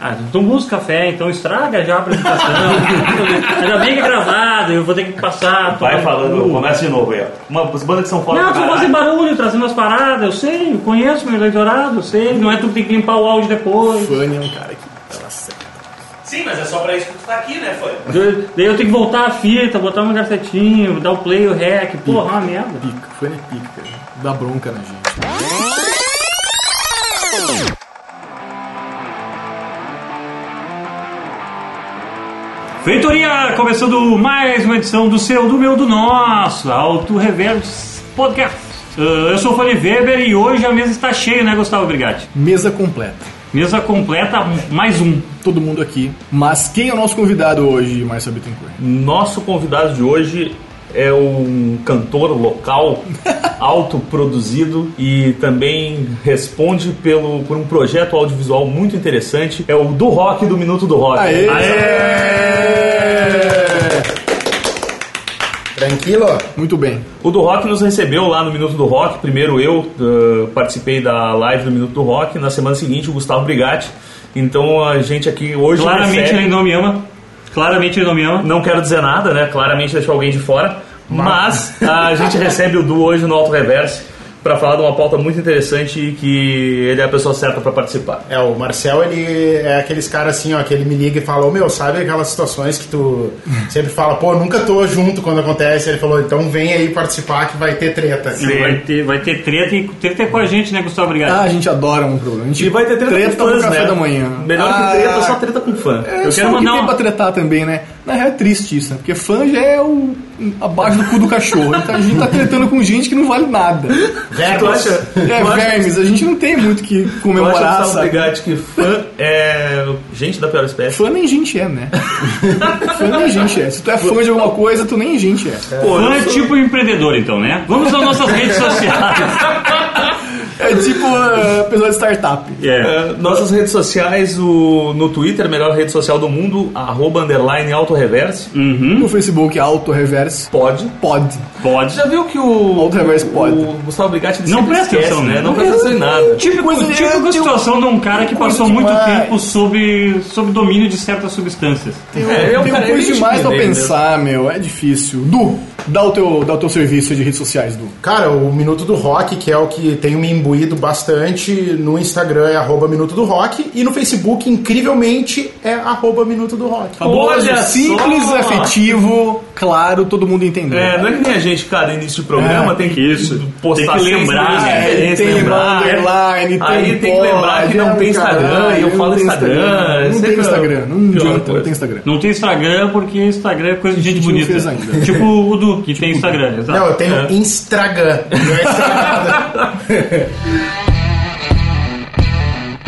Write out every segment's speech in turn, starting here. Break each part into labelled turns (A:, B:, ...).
A: Ah, então busca café, então estraga já a apresentação. Ainda bem que é gravado, eu vou ter que passar. tomar
B: Vai
A: no
B: falando,
A: cu.
B: começa de novo aí, ó. Uma, as bandas que são fora
A: Não,
B: do
A: tu
B: caralho.
A: fazer barulho, trazendo as paradas, eu sei, eu conheço meu eleitorado, eu sei, não é tu que tem que limpar o áudio depois.
C: Fanny é um cara que. Nossa.
D: Sim, mas é só pra isso que tu tá aqui, né, foi?
A: Eu- Daí eu tenho que voltar a fita, botar uma gacetinha, dar o play, o rec, porra, é uma merda.
C: Pica. Fanny é pica, cara. Dá bronca na gente.
A: Feitoria, começando mais uma edição do seu, do meu, do nosso, Auto Reverso Podcast. Ah, eu sou o Fanny Weber e hoje a mesa está cheia, né, Gustavo Brigatti?
C: Mesa completa.
A: Mesa completa, mais um.
C: Todo mundo aqui. Mas quem é o nosso convidado hoje, Márcio Bittencourt?
B: Nosso convidado de hoje é um cantor local, autoproduzido e também responde pelo, por um projeto audiovisual muito interessante. É o Do Rock do Minuto do Rock.
C: Aê!
E: Tranquilo?
C: Muito bem.
B: O do Rock nos recebeu lá no Minuto do Rock. Primeiro eu eh, participei da live do Minuto do Rock. Na semana seguinte, o Gustavo Brigatti. Então a gente aqui hoje.
A: Claramente
B: recebe-
A: ele não me ama. Claramente ele não me ama.
B: Não quero dizer nada, né? Claramente deixou alguém de fora. Mas a gente recebe o Du hoje no Alto Reverso para falar de uma pauta muito interessante e que ele é a pessoa certa para participar.
E: É, o Marcel, ele é aqueles caras assim, ó, que ele me liga e fala, ô meu, sabe aquelas situações que tu sempre fala, pô, nunca tô junto quando acontece. Ele falou, então vem aí participar que vai ter treta.
B: Sim.
A: Vai ter, vai ter treta e treta é com a gente, né, Gustavo? Obrigado.
C: Ah, a gente adora um problema. A gente
B: E vai ter treta,
C: treta
B: com fãs,
C: no café
B: né?
C: da manhã.
B: Melhor
C: Ah,
B: que treta, só treta com fã.
C: É,
A: Eu
C: só
A: quero
C: o
A: mandar
C: que tem
B: um-
A: uma-
C: pra tretar também, né? Na real é triste isso, né? Porque fã já é o abaixo do cu do cachorro. Então a gente tá tretando com gente que não vale nada.
B: Tu acha?
C: É, vermes, a gente não tem muito que
B: Eu acho,
C: comemorar,
B: Gustavo
C: sabe?
B: Brigatti, que fã é gente da pior espécie.
C: Fã nem gente é, né? fã nem gente é. Se tu é fã de alguma coisa, tu nem gente é.
B: Pô, eu
A: Fã é
B: sou-
A: tipo empreendedor, então, né? Vamos às nossas redes sociais.
C: É tipo a pessoa de startup.
B: É, nossas redes sociais, o, no Twitter, melhor rede social do mundo, arroba underline autoreverso.
C: No Facebook, Auto Reverse.
B: Pode.
C: Pod.
A: Pode.
B: Já viu que o.
C: Autoreverse pode.
B: O Gustavo Brigatti ele
A: Não
B: sempre
A: presta
B: esquece,
A: atenção, né?
B: Não presta atenção em nada.
A: Típico,
C: Tipo Coisa de-
A: típico situação de um cara que
C: coisa
A: passou muito
C: demais.
A: tempo sob, sob domínio de certas substâncias.
B: É, eu,
C: Tem um
B: cara,
C: coisa
B: eu
C: demais pra
B: entendo, né?
C: pensar, meu. É difícil. Du, dá o teu, dá o teu serviço de redes sociais, Du.
E: Cara, o Minuto do Rock, que é o que tem me imbuído bastante no Instagram, é arroba Minuto do Rock, e no Facebook, incrivelmente, é arroba Minuto do Rock.
B: Olha
C: Fabuloso, simples,
B: só!
C: afetivo, claro, todo mundo entendeu.
B: É, não é que nem a gente, cara, início de programa,
C: É,
B: tem que
A: isso.
B: postar
A: Tem que né? lembrar,
B: seis,
A: né?
B: três referências,
C: Ah, tem
B: É, lembrar. é.
C: underline, tem
B: Aí tem que
C: pod,
B: lembrar que não
C: é,
B: tem Instagram,
C: caralho,
B: e eu falo
C: não tem
B: Instagram. é
C: Não
B: sempre
C: tem Instagram, não
B: pior
C: adianta, não
B: coisa.
C: tem Instagram.
A: Não tem Instagram porque Instagram é coisa de gente
C: Não
A: bonita.
C: fez ainda.
A: Tipo o Du, que tem Instagram.
E: Não,
A: Exato.
E: eu tenho
B: É.
E: Instagram. Não é Instagram.
C: Fanny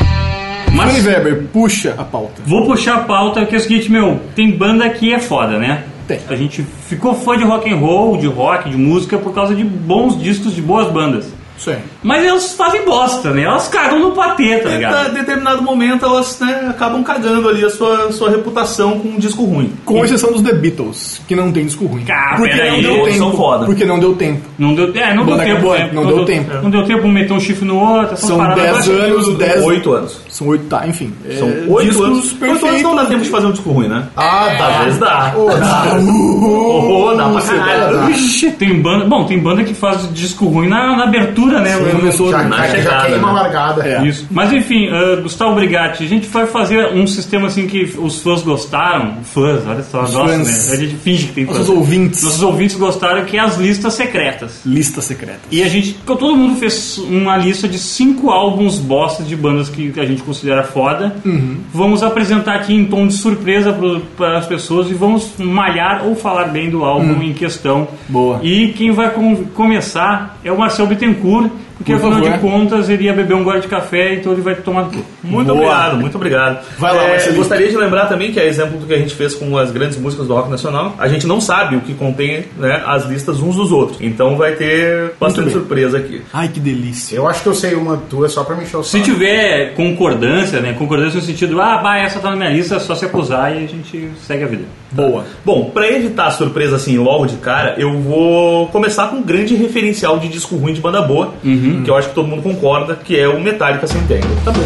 A: Mas
C: Weber, puxa a pauta.
A: vou puxar a pauta que é o seguinte, meu, tem banda que é foda, né?
C: Tem.
A: A gente ficou fã de rock and roll, de rock, de música por causa de bons discos de boas bandas.
C: Isso aí.
A: Mas elas fazem bosta, né? Elas cagam no patê, tá
B: Em
A: ligado?
B: determinado momento elas né, acabam cagando ali a sua, sua reputação com um disco ruim.
C: Com exceção dos The Beatles, que não tem disco ruim.
A: Cara,
C: porque não
A: peraí,
C: deu
B: Ah, eles são
C: tempo.
B: foda.
C: Porque não deu tempo.
A: Não deu, é, não deu
C: Banda
A: tempo,
C: acabou,
A: né?
C: não deu tempo.
A: Não deu tempo um meter um chifre no outro, essas
C: São
A: paradas.
C: 10
A: Agora-
C: anos, 10.
B: Oito anos.
C: São oito, tá, enfim.
B: São
C: é,
B: oito
C: discos
B: anos. Oito anos
C: perfeitos.
B: não dá tempo de fazer um disco ruim, né?
E: Ah, tá.
B: Às vezes dá.
E: Ô, tá.
B: Oh, dá pra caralho.
A: Ixi, Tem banda, bom, tem banda que faz disco ruim na, na abertura, né?
C: Sim, começou
E: Já,
C: na
E: já, já
B: chegada,
E: queima
B: né?
E: a largada.
C: É.
A: Isso. Mas enfim, ah, Gustavo Brigatti, a gente vai fazer um sistema assim que os fãs gostaram. Fãs, olha só,
C: Os
A: gosta,
C: fãs.
A: né? A gente finge que tem fãs.
C: Nossos ouvintes.
A: Nossos ouvintes gostaram que é as listas secretas.
C: Lista secreta.
A: E a gente, todo mundo fez uma lista de cinco álbuns bosta de bandas que a gente considera foda.
C: Uhum.
A: Vamos apresentar aqui em tom de surpresa para as pessoas e vamos malhar ou falar bem do álbum em questão.
C: Uhum. Boa.
A: E quem vai com- começar é o Marcel Bittencourt, porque
C: Por
A: afinal
C: favor.
A: de contas ele ia beber um gole de café, então ele vai tomar. no cu.
B: Muito
C: Boa.
B: obrigado, muito obrigado.
C: Vai lá,
B: É,
C: Marcelinho.
B: gostaria de lembrar também que é exemplo do que a gente fez com as grandes músicas do rock nacional. A gente não sabe o que contém né, as listas uns dos outros. Então vai ter bastante
C: bem.
B: surpresa aqui.
C: Ai, que delícia.
E: Eu acho que eu sei uma, duas só pra mexer o saco.
A: Se tiver concordância, né? Concordância no sentido, ah, bah, essa tá na minha lista, é só se acusar e a gente segue a vida.
C: Boa.
B: Bom, pra evitar a surpresa assim logo de cara, eu vou começar com um grande referencial de disco ruim de banda boa,
C: Uhum.
B: que eu acho que todo mundo concorda, que é o Metallica Sem Tango. Tá bom.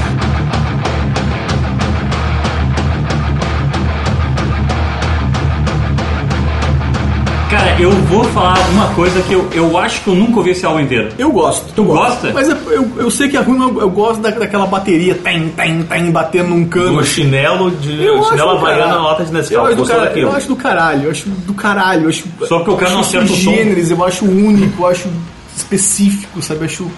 A: Cara, eu vou falar uma coisa que eu, eu acho que eu nunca ouvi esse álbum inteiro.
C: Eu gosto.
A: Tu gosta?
C: Mas é- eu, eu sei que é ruim, mas eu, eu gosto da- daquela bateria tem, tem, tem, batendo num cano.
B: O chinelo de
C: Eu acho
B: chinelo
C: do
B: havaiana
C: caralho.
B: na lata de
C: Eu
B: Nescau.
C: acho, do
B: Gostou
C: cara,
B: daquilo?
C: eu acho do caralho, eu acho do caralho, eu acho.
A: Só porque o cara não
C: acho
A: acerta o som.
C: gêneros, eu acho único, eu acho específico, sabe? Eu acho,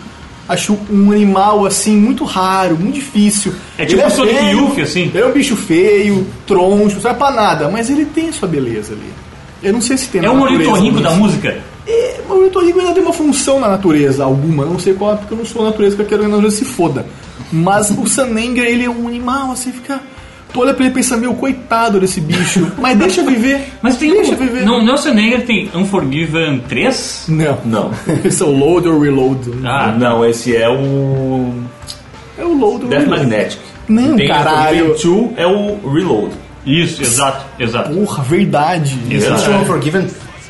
C: acho um animal assim, muito raro, muito difícil.
A: É tipo
C: Ele
A: o Sonic
C: feio,
A: Youth, assim.
C: Ele é um bicho feio, troncho, não serve pra nada, mas ele tem sua beleza ali. Eu não sei se tem
A: É
C: na
A: um
C: natureza
A: ornitorrinco da
C: isso.
A: música.
C: É, mas o ornitorrinco ainda tem uma função na natureza, alguma. Eu não sei qual, porque eu não sou natureza, porque eu quero que a natureza se foda. Mas o Sanengra, ele é um animal, assim, fica... Tu olha pra ele e pensa, meu, coitado desse bicho. Mas deixa viver.
A: Mas tem
C: Deixa
A: um.
C: viver.
A: Não, não é o Schwarzenegger, tem Unforgiven 3?
C: Não.
B: Não.
C: Esse é o Load or Reload.
A: Ah,
B: Não, esse é o
C: É o Load or
B: Death
C: Reload.
B: Magnetic.
C: Não,
B: Tem
C: caralho.
B: o Two é o Reload.
A: isso, exato, exato.
C: Porra, verdade.
A: Exato.
E: Existe
B: né?
E: o Unforgiven?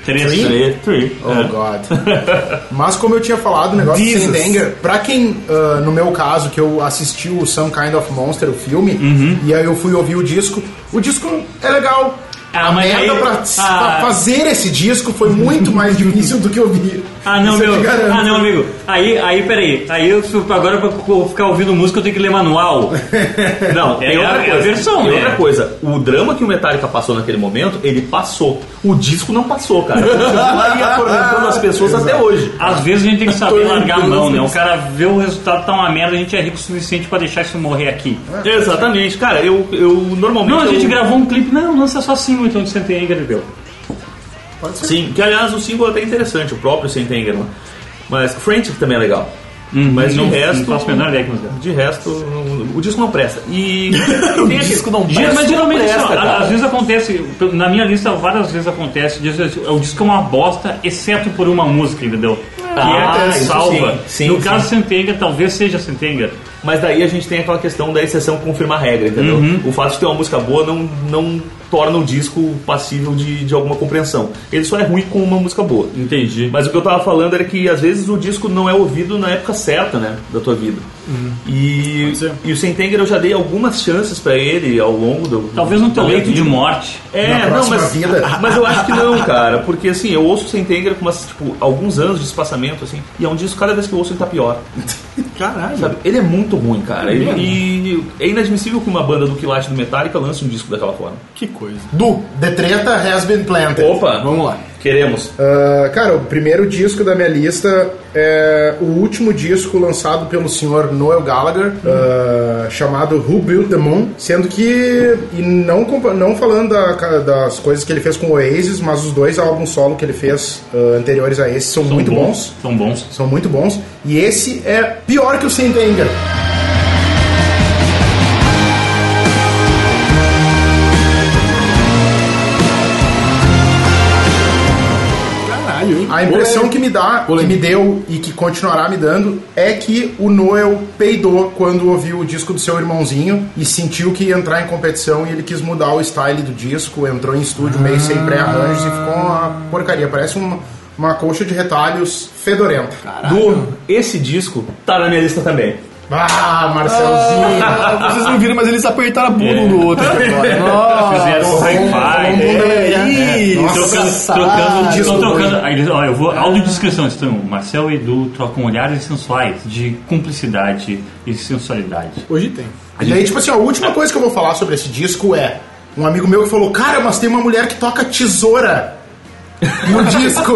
A: 3.
B: Three, three.
E: Oh,
B: É.
E: God. Mas como eu tinha falado, o negócio de
C: Jesus.
E: Sandanger, pra quem, ah, no meu caso, que eu assisti o Some Kind of Monster, o filme,
A: Uhum.
E: e aí eu fui ouvir o disco, o disco é legal.
A: Ah,
E: a
A: mas
E: merda
A: aí-
E: pra,
A: ah.
E: pra fazer esse disco foi muito mais difícil do que eu vi.
A: Ah não,
E: Isso eu
A: meu.
E: te garanto.
A: Ah não, amigo. Aí, aí, peraí. Aí eu fico- agora pra co- ficar ouvindo música eu tenho que ler manual.
B: Não,
A: É
B: tem
A: a-
B: outra
A: é a
B: coisa.
A: versão,
B: Tem
A: né?
B: outra coisa. O drama que o Metallica passou naquele momento, ele passou. O disco não passou, cara. Continua aí atormentando as pessoas até hoje.
A: Às vezes a gente tem que saber
B: Tô
A: largar a mão, né?
B: nervoso.
A: O cara vê o resultado tá uma merda, a gente é rico o suficiente pra deixar isso morrer aqui.
B: Exatamente, cara. Eu, eu normalmente.
A: Não, a gente
B: É. eu-
A: gravou um clipe, não, lança só assim então de Sentenger, deu.
B: Sim, que aliás o single é até interessante, o próprio Saint Anger, né? Mas Frantic também é legal. mas de
A: não,
B: resto.
A: não faço a menor ideia que música é.
B: De resto, não- o disco não presta. E. o
C: disco não presta.
A: Gira- Mas geralmente
B: presta,
A: assim, ó,
B: cara.
A: às vezes acontece, na minha lista várias vezes acontece, diz assim, o disco é uma bosta, exceto por uma música, entendeu? que é
B: Ah,
A: a que
B: isso
A: salva.
B: sim, sim,
A: no
B: sim.
A: caso Sentenger, talvez seja Sentenger.
B: Mas daí a gente tem aquela questão da exceção confirmar a regra, entendeu? O fato de ter uma música boa não, não torna o disco passível de, de alguma compreensão. Ele só é ruim com uma música boa.
A: Entendi.
B: Mas o que eu tava falando era que às vezes o disco não é ouvido na época certa, né? Da tua vida. E, e o Sentenger eu já dei algumas chances pra ele ao longo do.
A: Talvez no teu
B: da minha
A: leito de
B: vida.
A: morte.
E: Na
B: É, não,
E: próxima
B: mas,
E: vida.
B: mas eu acho que não, cara, porque assim, eu ouço o Sentenger com umas, tipo, alguns anos de espaçamento, assim, e é um disco, cada vez que eu ouço ele tá pior.
C: Caralho.
B: Sabe? Ele é muito ruim, cara. Ele-
C: mesmo?
B: e é inadmissível que uma banda do Quilate do Metallica lance um disco daquela forma.
C: Que coisa.
E: Du, The Treta Has Been Planted.
B: Opa,
C: Vamos lá.
B: queremos.
E: Ah, cara, o primeiro disco da minha lista é o último disco lançado pelo senhor Noel Gallagher, ah, chamado Who Built the Moon. Sendo que, e não, compa- não falando da ca- das coisas que ele fez com o Oasis, mas os dois álbuns solo que ele fez ah, anteriores a esse são, muito bons.
A: São bons.
E: São muito bons. E esse é pior que o Saint Anger.
C: Caralho, hein?
E: A impressão que me dá, que
C: Polêmica.
E: me deu e que continuará me dando é que o Noel peidou quando ouviu o disco do seu irmãozinho e sentiu que ia entrar em competição e ele quis mudar o style do disco, entrou em estúdio meio sem pré-arranjos e ficou uma porcaria. Parece uma, uma colcha de retalhos fedorenta.
B: Du, esse disco tá na minha lista também.
E: Ah, Marcelzinho!
C: Ah, Vocês não viram, mas eles apertaram a bunda um do outro aqui agora. Nossa. um
A: Fizeram
E: porra,
A: sci-fi.
E: vamos
A: né?
C: É isso,
A: Trocando,
C: caralho.
A: trocando, estão trocando.
E: doido.
A: Aí eles, ó, eu vou audiodescrição. Estão Marcel e Edu trocam olhares sensuais de cumplicidade e sensualidade.
C: Hoje tem.
E: E aí, tipo assim, ó, a última coisa que eu vou falar sobre esse disco é: um amigo meu que falou, cara, mas tem uma mulher que toca tesoura no disco.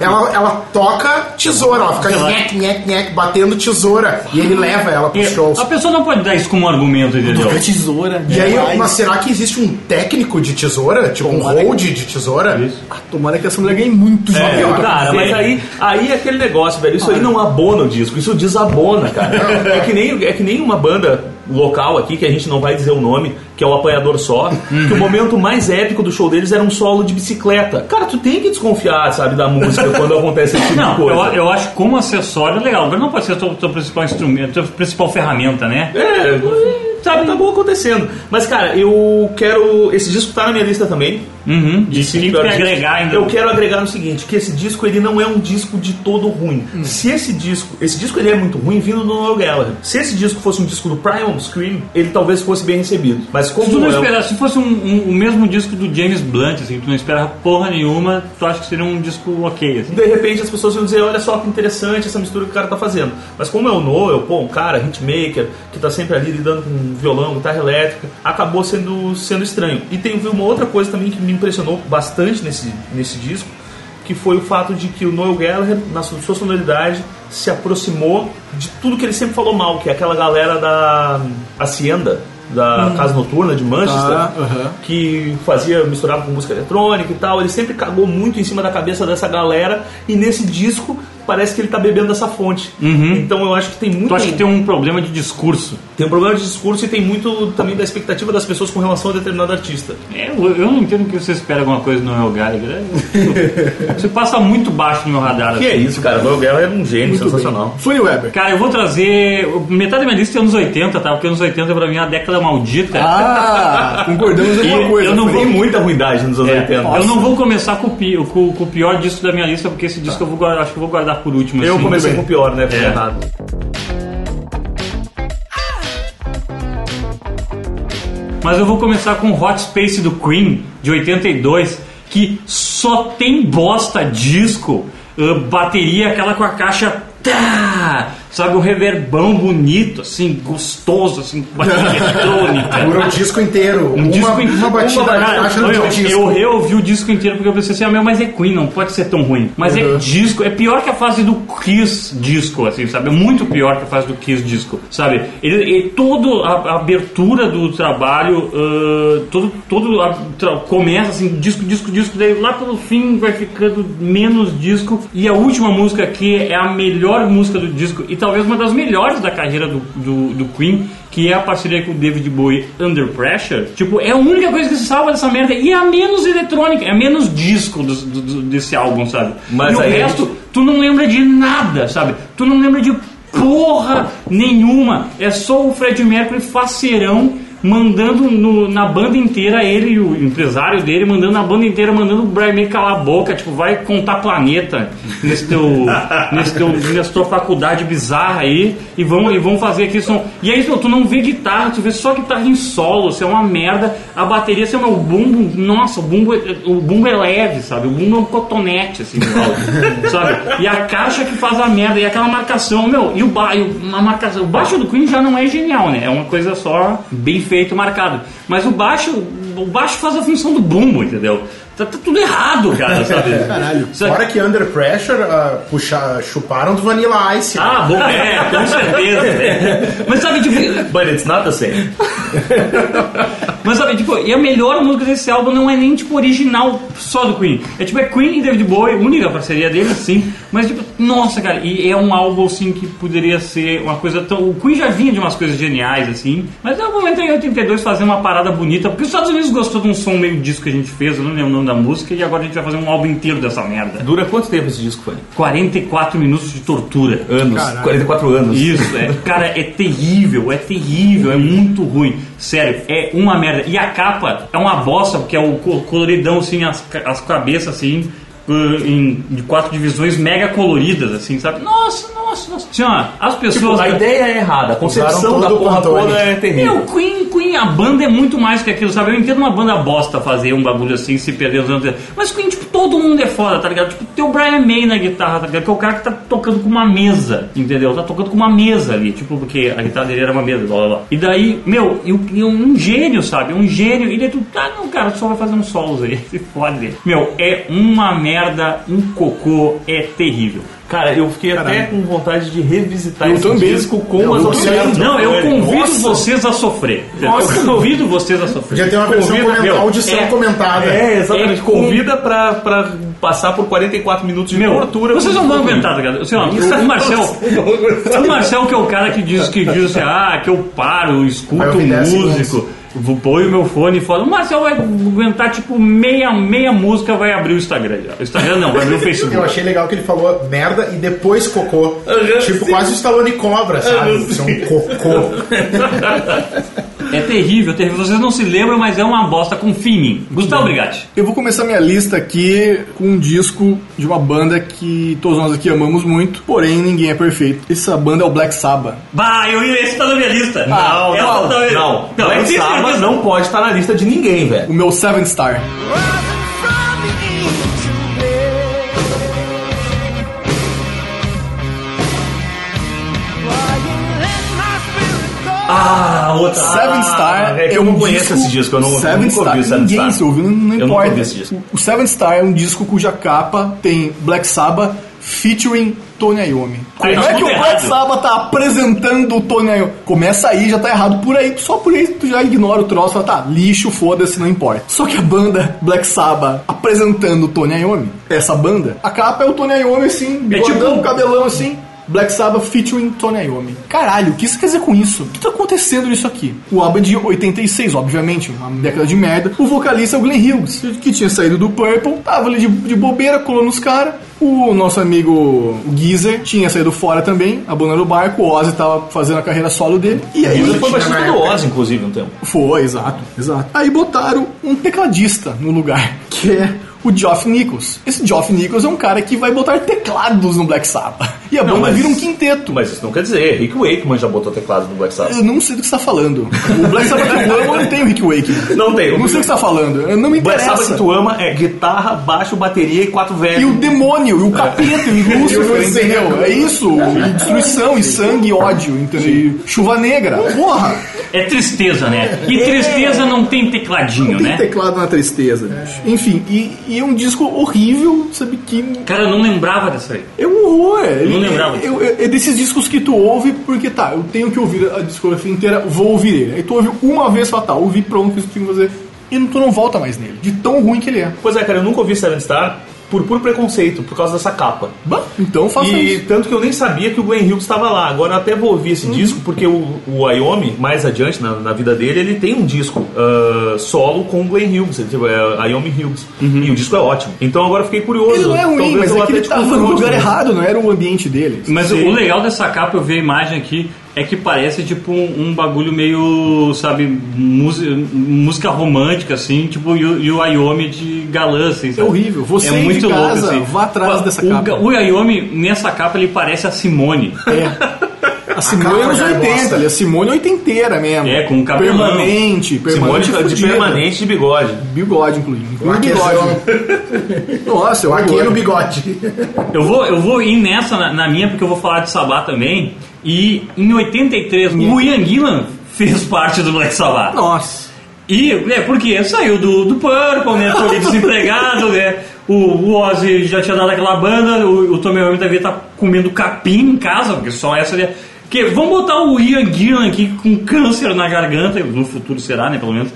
E: ela, ela toca tesoura, ela fica nhec, nhec, nhec, batendo tesoura. E ele leva ela
A: E
E: pros shows.
A: a pessoa não pode dar isso como argumento, entendeu?
C: A tesoura.
E: E aí, eu,
C: demais.
E: né? mas será que existe um técnico de tesoura? Tipo, um
C: Tomara.
E: hold de tesoura?
A: Isso.
C: Ah, tomara que essa mulher ganhe muito
B: É.
A: É,
C: dinheiro.
E: eu-
B: Cara, mas aí, aí é aquele negócio, velho. Isso aí não abona o disco, isso desabona, cara. É que nem, é que nem uma banda local aqui, que a gente não vai dizer o nome, que é o Apanhador Só, que o momento mais épico do show deles era um solo de bicicleta. Cara, tu tem que desconfiar, sabe, da música quando acontece esse tipo de
A: Não, eu,
B: coisa.
A: eu acho que como acessório é legal. Agora não pode ser o teu, teu principal instrumento, tua principal ferramenta, né?
B: É, tá, tá bom acontecendo. Mas, cara, eu quero. Esse disco tá na minha lista também.
A: Uhum, de
B: Sim,
A: que
B: pior
A: agregar
B: disco.
A: ainda.
B: Eu quero agregar no seguinte, que esse disco ele não é um disco de todo ruim.
A: Uhum.
B: Se esse disco, esse disco ele é muito ruim vindo do Noel Gallagher. Se esse disco fosse um disco do Primal Scream, ele talvez fosse bem recebido. Mas como
A: Se tu não
B: Noel-
A: esperasse, se fosse um, um- o mesmo disco do James Blunt, assim, tu não esperava porra nenhuma, tu acha que seria um disco ok, assim.
B: de repente as pessoas iam dizer, olha só que interessante essa mistura que o cara tá fazendo. Mas como é o Noel, pô, um cara hitmaker, que tá sempre ali lidando com violão, guitarra elétrica, acabou sendo, sendo estranho. E tem uma outra coisa também que me impressionou bastante nesse, nesse disco, que foi o fato de que o Noel Gallagher, na sua sua sonoridade, se aproximou de tudo que ele sempre falou mal, que é aquela galera da Hacienda, da Casa Noturna de Manchester,
C: Tá, aham.
B: que fazia, misturava com música eletrônica e tal. Ele sempre cagou muito em cima da cabeça dessa galera e nesse disco parece que ele tá bebendo dessa fonte. Então eu acho que tem muito
A: Tu acha que tem um problema de discurso?
B: tem um problema de discurso e tem muito também da expectativa das pessoas com relação a determinado artista.
A: É, Eu, eu não entendo que você espera alguma coisa do Noel Gallagher. é- Você passa muito baixo no meu radar.
B: Que
A: assim.
B: é isso, cara. Noel Gallagher é um gênio sensacional.
C: Funny Weber.
A: Cara, eu vou trazer. Metade da minha lista é anos 80, tá? Porque anos 80 pra mim é uma década maldita.
C: Ah, concordamos em uma
A: E
C: coisa.
A: eu não
C: Fanny.
B: Tem muita ruindade nos anos
A: É,
B: 80.
A: eu não vou começar com o, pi- com- com o pior disco da minha lista, porque esse disco eu vou guardar- acho que eu vou guardar por último.
B: Eu
A: assim.
B: comecei com o pior, né? Foi
A: É.
B: errado.
A: Mas eu vou começar com Hot Space do Queen, de 82, que só tem bosta disco, ãh, bateria aquela com a caixa tá, sabe, um reverbão bonito, assim, gostoso, assim, com bateria eletrônica.
E: Dura o disco inteiro.
A: Um
E: uma,
A: disco inteiro.
E: uma batida
A: uma
E: na
A: batida. um
E: caixa do
A: eu,
E: disco.
A: eu reouvi o disco inteiro porque eu pensei assim, ah, meu, mas é Queen, não pode ser tão ruim. Mas
E: Uhum.
A: é disco, é pior que a fase do Kiss disco, assim, sabe? É muito pior que a fase do Kiss disco, sabe? Ele, ele- toda a, a abertura do trabalho, ãh, todo, todo a- tra- começa assim, disco, disco, disco, daí lá pelo fim vai ficando menos disco. E a última música aqui é a melhor música do disco e talvez uma das melhores da carreira do, do, do Queen, que é a parceria com o David Bowie Under Pressure. Tipo, é a única coisa que se salva dessa merda e é a menos eletrônica, é a menos disco dos- do- do- desse álbum, sabe?
B: Mas
A: e o
B: aí a
A: resto,
B: gente-
A: tu não lembra de nada, sabe? Tu não lembra de porra nenhuma. É só o Fred Mercury faceirão mandando no- na banda inteira, ele e o empresário dele, mandando na banda inteira, mandando o Brian May calar a boca, tipo, vai contar planeta nesse teu, nesse teu, nessa tua faculdade bizarra aí, e vão, e vão fazer aqui som. E aí, meu, tu não vê guitarra, tu vê só guitarra em solo, isso é uma merda. A bateria, assim, meu, o bumbo, nossa, o bumbo, é- o bumbo é leve, sabe? O bumbo é um cotonete, assim, no áudio, sabe? E a caixa que faz a merda, e aquela marcação, meu, e o, ba, e o, a marcação, o baixo do Queen já não é genial, né? É uma coisa só bem feito, marcado. Mas o baixo, o baixo faz a função do bumbo, entendeu? Tá, tá tudo errado, cara, sabe?
E: Caralho.
A: Sabe?
E: Fora que Under Pressure ah, puxa- chuparam do Vanilla Ice.
A: Ah, bom, é, com certeza. né? Mas sabe, tipo,
B: But it's not the same.
A: Mas sabe, tipo, e a melhor música desse álbum não é nem tipo original só do Queen. É tipo, é Queen e David Bowie, única parceria dele, sim. Mas tipo, nossa, cara, e é um álbum assim que poderia ser uma coisa tão. O Queen já vinha de umas coisas geniais, assim. Mas é um momento em 82 fazer uma parada bonita, porque os Estados Unidos gostou de um som meio disco que a gente fez, eu não lembro o nome da música, e agora a gente vai fazer um álbum inteiro dessa merda.
B: Dura quanto tempo esse disco, foi?
A: 44 minutos de tortura.
B: Anos. 44 anos.
A: Isso, é. Cara, é terrível, é terrível, é muito ruim. Sério, é uma merda. E a capa é uma bosta, porque é o co- coloridão, assim, as, ca- as cabeças, assim, uh, em, de quatro divisões mega coloridas, assim, sabe? Nossa, nossa, nossa. Assim, ó, as pessoas...
B: A ideia é errada, a concepção
E: Usaram
B: da
E: todo o
B: porra
E: Pantone.
B: toda é
A: Meu,
B: terrível.
A: Queen, Queen, a banda é muito mais que aquilo, sabe? Eu entendo uma banda bosta fazer um bagulho assim, se perder os anos. Mas Queen, tipo, todo mundo é foda, tá ligado? Tipo, tem o Brian May na guitarra, tá ligado? Que é o cara que tá tocando com uma mesa, entendeu? Tá tocando com uma mesa ali, tipo, porque a guitarra dele era uma mesa, blá blá blá. E daí, meu, e o- e um gênio, sabe? Um gênio. E daí tu, ah, não, cara, tu só vai fazer uns solos aí, se fode. Meu, é uma merda, um cocô, é terrível.
B: Cara, eu fiquei até com vontade de revisitar
C: Eu
B: Tá, esse
C: também.
B: disco com
C: Eu
B: as
C: também.
B: auxiliares.
A: Não, eu convido
B: Nossa.
A: vocês a sofrer.
B: Nossa.
A: Eu convido vocês a sofrer.
E: Podia ter uma versão
A: Convido-
E: comentada,
A: meu,
E: audição
A: é-
E: comentada.
B: É, exatamente.
A: É com-
B: Convida pra, pra passar por 44 minutos de
A: Meu,
B: tortura.
A: vocês não vão aguentar, tá ligado? Assim, ó, o, o Marcel, o Marcel que é o cara que diz que diz assim, ah, que eu paro,
E: Vai
A: escuto
E: ouvir dez
A: músico, vou pôr o meu fone e falo, o Marcel vai aguentar tipo meia, meia música, vai abrir o Instagram já. O Instagram não, vai abrir o
E: Eu
A: Facebook.
E: achei legal que ele falou merda e depois cocô. tipo, quase o Stallone Cobra, sabe? Isso é um cocô.
A: É terrível, é terrível. Vocês não se lembram, mas é uma bosta. Confia em mim. Gustavo Brigatti.
C: Eu vou começar minha lista aqui com um disco de uma banda que todos nós aqui amamos muito, porém ninguém é perfeito. Essa banda é o Black Sabbath.
A: Bah, eu ia esse tá na minha lista.
B: Não,
A: Essa
B: não,
A: tá-
B: não.
A: Não,
B: Black
A: esse é
B: Sabbath
A: certeza.
B: não pode estar na lista de ninguém, velho.
C: O meu Seven Star.
B: Ah, outra.
C: Seven
B: ah,
C: Star um
B: é que eu não conheço esse disco, eu não nunca
C: Seven
B: ouvi
C: Star,
B: o Seven
C: ninguém
B: Star.
C: se ouviu, não, não
B: Eu nunca
C: importa.
B: ouvi esse disco.
C: O Seven Star é um disco cuja capa tem Black Sabbath featuring Tony Iommi. Como
A: Aí tá
C: é que
A: tudo
C: o
A: errado.
C: Black Sabbath tá apresentando o Tony Iommi? Começa aí, já tá errado por aí, só por aí tu já ignora o troço, fala, tá, lixo, foda-se, não importa. Só que a banda Black Sabbath apresentando o Tony Iommi, essa banda, a capa é o Tony Iommi assim, bigodão,
A: tipo-
C: cabelão assim, Black Sabbath featuring Tony Iommi. Caralho, o que isso quer dizer com isso? O que tá acontecendo nisso aqui? O álbum é de 86, obviamente, uma década de merda. O vocalista é o Glenn Hughes, que tinha saído do Purple, tava ali de, de bobeira, colou nos caras. O nosso amigo o Geezer tinha saído fora também, abandonando o barco. O Ozzy tava fazendo a carreira solo dele. E aí
B: Ele foi baixista
E: na
B: do
E: época.
B: Oz, inclusive, um tempo.
C: foi, exato, exato. Aí botaram um tecladista no lugar, que é o Geoff Nichols. Esse Geoff Nichols é um cara que vai botar teclados no Black Sabbath. E a
B: Não,
C: banda
B: mas-
C: vira um quinteto.
B: Mas isso não quer dizer. é Rick Wakeman já botou teclado no Black Sabbath.
C: Eu não sei do que você tá falando. O Black Sabbath que eu amo não tem o Rick Wakeman.
B: Não tem.
C: Eu não sei do que você tá falando. Eu não me
B: Black Sabbath é
C: interessa.
B: que tu ama é guitarra, baixo, bateria e quatro velhos.
C: E o demônio, e o capeta, e o Lúcifer,
E: você,
C: entendeu? É isso. E destruição, e sangue, e ódio, entendeu? E chuva negra. Porra!
A: É tristeza, né? E tristeza não tem tecladinho,
C: É. Não tem
A: né?
C: teclado na tristeza, bicho. É. Enfim, e, e é um disco horrível, sabe? Que
A: Cara, eu não lembrava dessa aí.
C: É um horror. Ele,
A: não lembrava disso.
C: eu- eu- é desses discos que tu ouve, porque tá, eu tenho que ouvir a discografia inteira, vou ouvir ele. Aí tu ouve uma vez e fala, tá, ouvi pronto, fiz o que tinha que fazer. E tu não volta mais nele, de tão ruim que ele é.
B: Pois é, cara, eu nunca ouvi Seven Star por puro preconceito, por causa dessa capa.
C: Bah, então faça
B: E
C: isso.
B: tanto que eu nem sabia que o Glenn Hughes estava lá. Agora eu até vou ouvir
C: Uhum.
B: esse disco, porque o, o Iommi, mais adiante na, na vida dele, ele tem um disco ah, solo com o Glenn Hughes, ele, tipo, é, Iommi Hughes. E o disco é ótimo. Então agora eu fiquei curioso.
C: Uhum. Ele não é ruim,
B: Talvez
C: mas
B: eu
C: é que
B: até um
C: ele
B: te
C: tava
B: confronte
C: no lugar
B: mesmo.
C: errado, não era o ambiente dele.
A: Mas
B: Sim.
A: o legal dessa capa, eu vi a imagem aqui, é que parece tipo um, um bagulho meio, sabe, música, música romântica, assim, tipo, e o e o Ayomi de galã, assim, sabe?
C: É horrível. Você
A: é
C: aí
A: muito
C: de
A: louco,
C: casa,
A: assim.
C: vá atrás dessa
A: o,
C: capa.
A: ga- O Ayomi, nessa capa, ele parece a Simone.
C: É. A Simone
E: capa
C: é anos
E: já é
C: 80,
E: bosta.
C: ali, a Simone é oitenteira mesmo.
A: É, com o cabelão.
C: Permanente,
B: um Simone
C: permanente.
B: de, de
C: fudida.
B: permanente de bigode.
C: Bigode, inclusive.
E: O
C: Inclusive bigode. Nossa, eu
E: Aqui no
C: adoro.
E: bigode.
A: Eu vou, eu vou ir nessa, na, na minha, porque eu vou falar de Sabá também. E em 83, o Ian Gillan fez parte do Black Sabbath.
C: Nossa.
A: E é porque saiu do, do Purple, né? Tô ali desempregado, né? O, o Ozzy já tinha dado aquela banda, o, o Tommy Iommi devia estar comendo capim em casa, porque só essa ali. é, Que, vamos botar o Ian Gillan aqui com câncer na garganta, no futuro será, né? Pelo menos.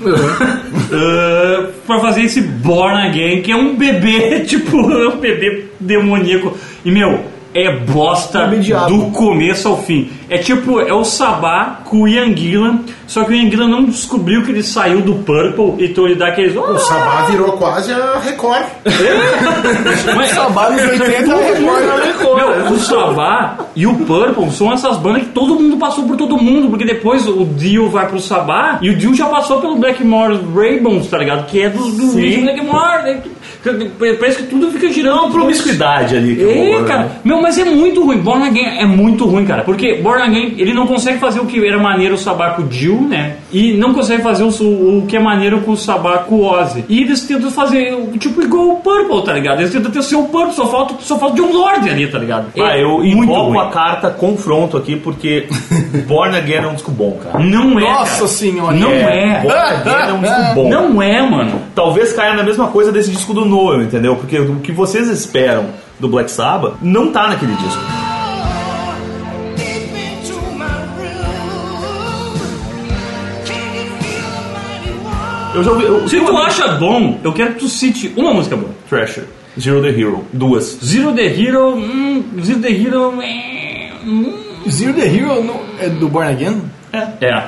A: Ah, pra fazer esse Born Again, que é um bebê, tipo, é um bebê demoníaco. E meu, é bosta
C: Bebê diabo.
A: do começo ao fim. É tipo, é o Sabá com o Ian Gillan, só que o Ian Gillan não descobriu que ele saiu do Purple, então ele dá aqueles...
E: O Sabá virou quase a Record.
A: Mas-
C: Trabalho nos 80 é Record.
A: Meu, o Sabá e o Purple são essas bandas que todo mundo passou por todo mundo, porque depois o Dio vai pro Sabá e o Dio já passou pelo Blackmore Rainbows, tá ligado? Que é dos do
B: Sim.
A: Blackmore. né? Parece que tudo fica girando.
B: Uma promiscuidade ali. que
A: É,
B: rolou, né?
A: cara. Meu, mas é muito ruim. Born Again é muito ruim, cara. Porque Born Again, ele não consegue fazer o que era maneiro o Sabaco Jill, né? E não consegue fazer o, o que é maneiro com o Sabaco Ozzy. E eles tentam fazer, tipo, igual o Purple, tá ligado? Eles tentam ter o seu Purple, só falta, só falta de um Lorde ali, tá ligado?
B: Ah,
A: É
B: eu
A: muito
B: invoco
A: ruim.
B: a carta confronto aqui, porque Born Again é um disco bom, cara.
A: Não é,
C: Nossa
A: cara.
C: senhora.
A: Não é.
B: Born Again é um disco bom.
A: Não é, mano.
B: talvez caia na mesma coisa desse disco do Noel, entendeu? Porque o que vocês esperam do Black Sabbath não tá naquele disco. Eu já ouvi. Eu,
A: Se tu
B: uma-
A: acha bom, eu quero que tu cite uma música boa.
B: Thrasher, Zero the Hero, duas.
A: Zero The Hero, hum, Zero The Hero... É... hum.
C: Zero the Hero não- é do Born Again?
A: É. É.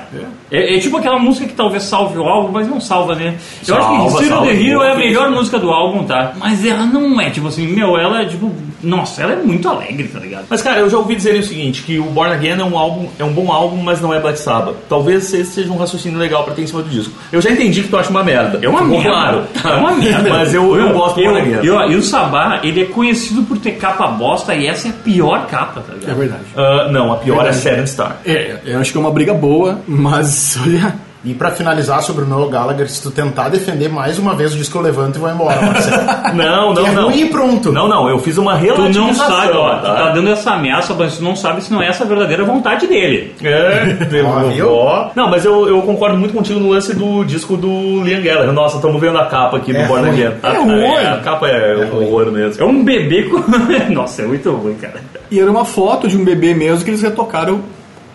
A: É, é tipo aquela música que talvez salve o álbum, mas não salva, né? Eu acho
B: Salva,
A: que Hero
B: salva.
A: the Hero é a
B: Boa.
A: melhor música do álbum, tá? Mas ela não é, tipo assim, meu, ela é tipo. Nossa, ela é muito alegre, tá ligado?
B: Mas cara, eu já ouvi dizerem o seguinte, que o Born Again é um álbum, é um bom álbum, mas não é Black Sabbath. Talvez esse seja um raciocínio legal pra ter em cima do disco. Eu já entendi que tu acha uma merda.
A: É uma
B: Ficou
A: merda.
B: Claro.
A: É uma merda.
B: Mas eu, eu gosto do
A: eu,
B: Born Again.
A: eu- E o Sabá, ele é conhecido por ter capa bosta e essa é a pior capa, tá
C: É
A: ligado?
C: verdade.
B: Ah, não, a pior é Seven Star.
C: É, eu acho que é uma briga boa, mas olha.
E: E pra finalizar sobre o Noel Gallagher, se tu tentar defender mais uma vez o disco, eu levanto e vou embora, Marcelo.
B: Não, não,
E: é
B: não.
E: ruim e pronto.
B: Não, não, eu fiz uma
A: Tu
B: relativização.
A: não sabe, ó, tu
B: tá?
A: tá dando essa ameaça, mas tu não sabe se não é essa a verdadeira vontade dele.
B: É, teve
E: Ó,
B: um
E: viu?
B: ó. Não, mas eu, eu concordo muito contigo no lance do disco do Liam Gallagher. Nossa, estamos vendo a capa aqui
E: É
B: do Born
E: ruim.
B: Again.
C: É
B: Ah,
C: ruim.
B: a capa é, um horror mesmo.
A: É um bebê com. Nossa, é muito ruim, cara.
C: E era uma foto de um bebê mesmo que eles retocaram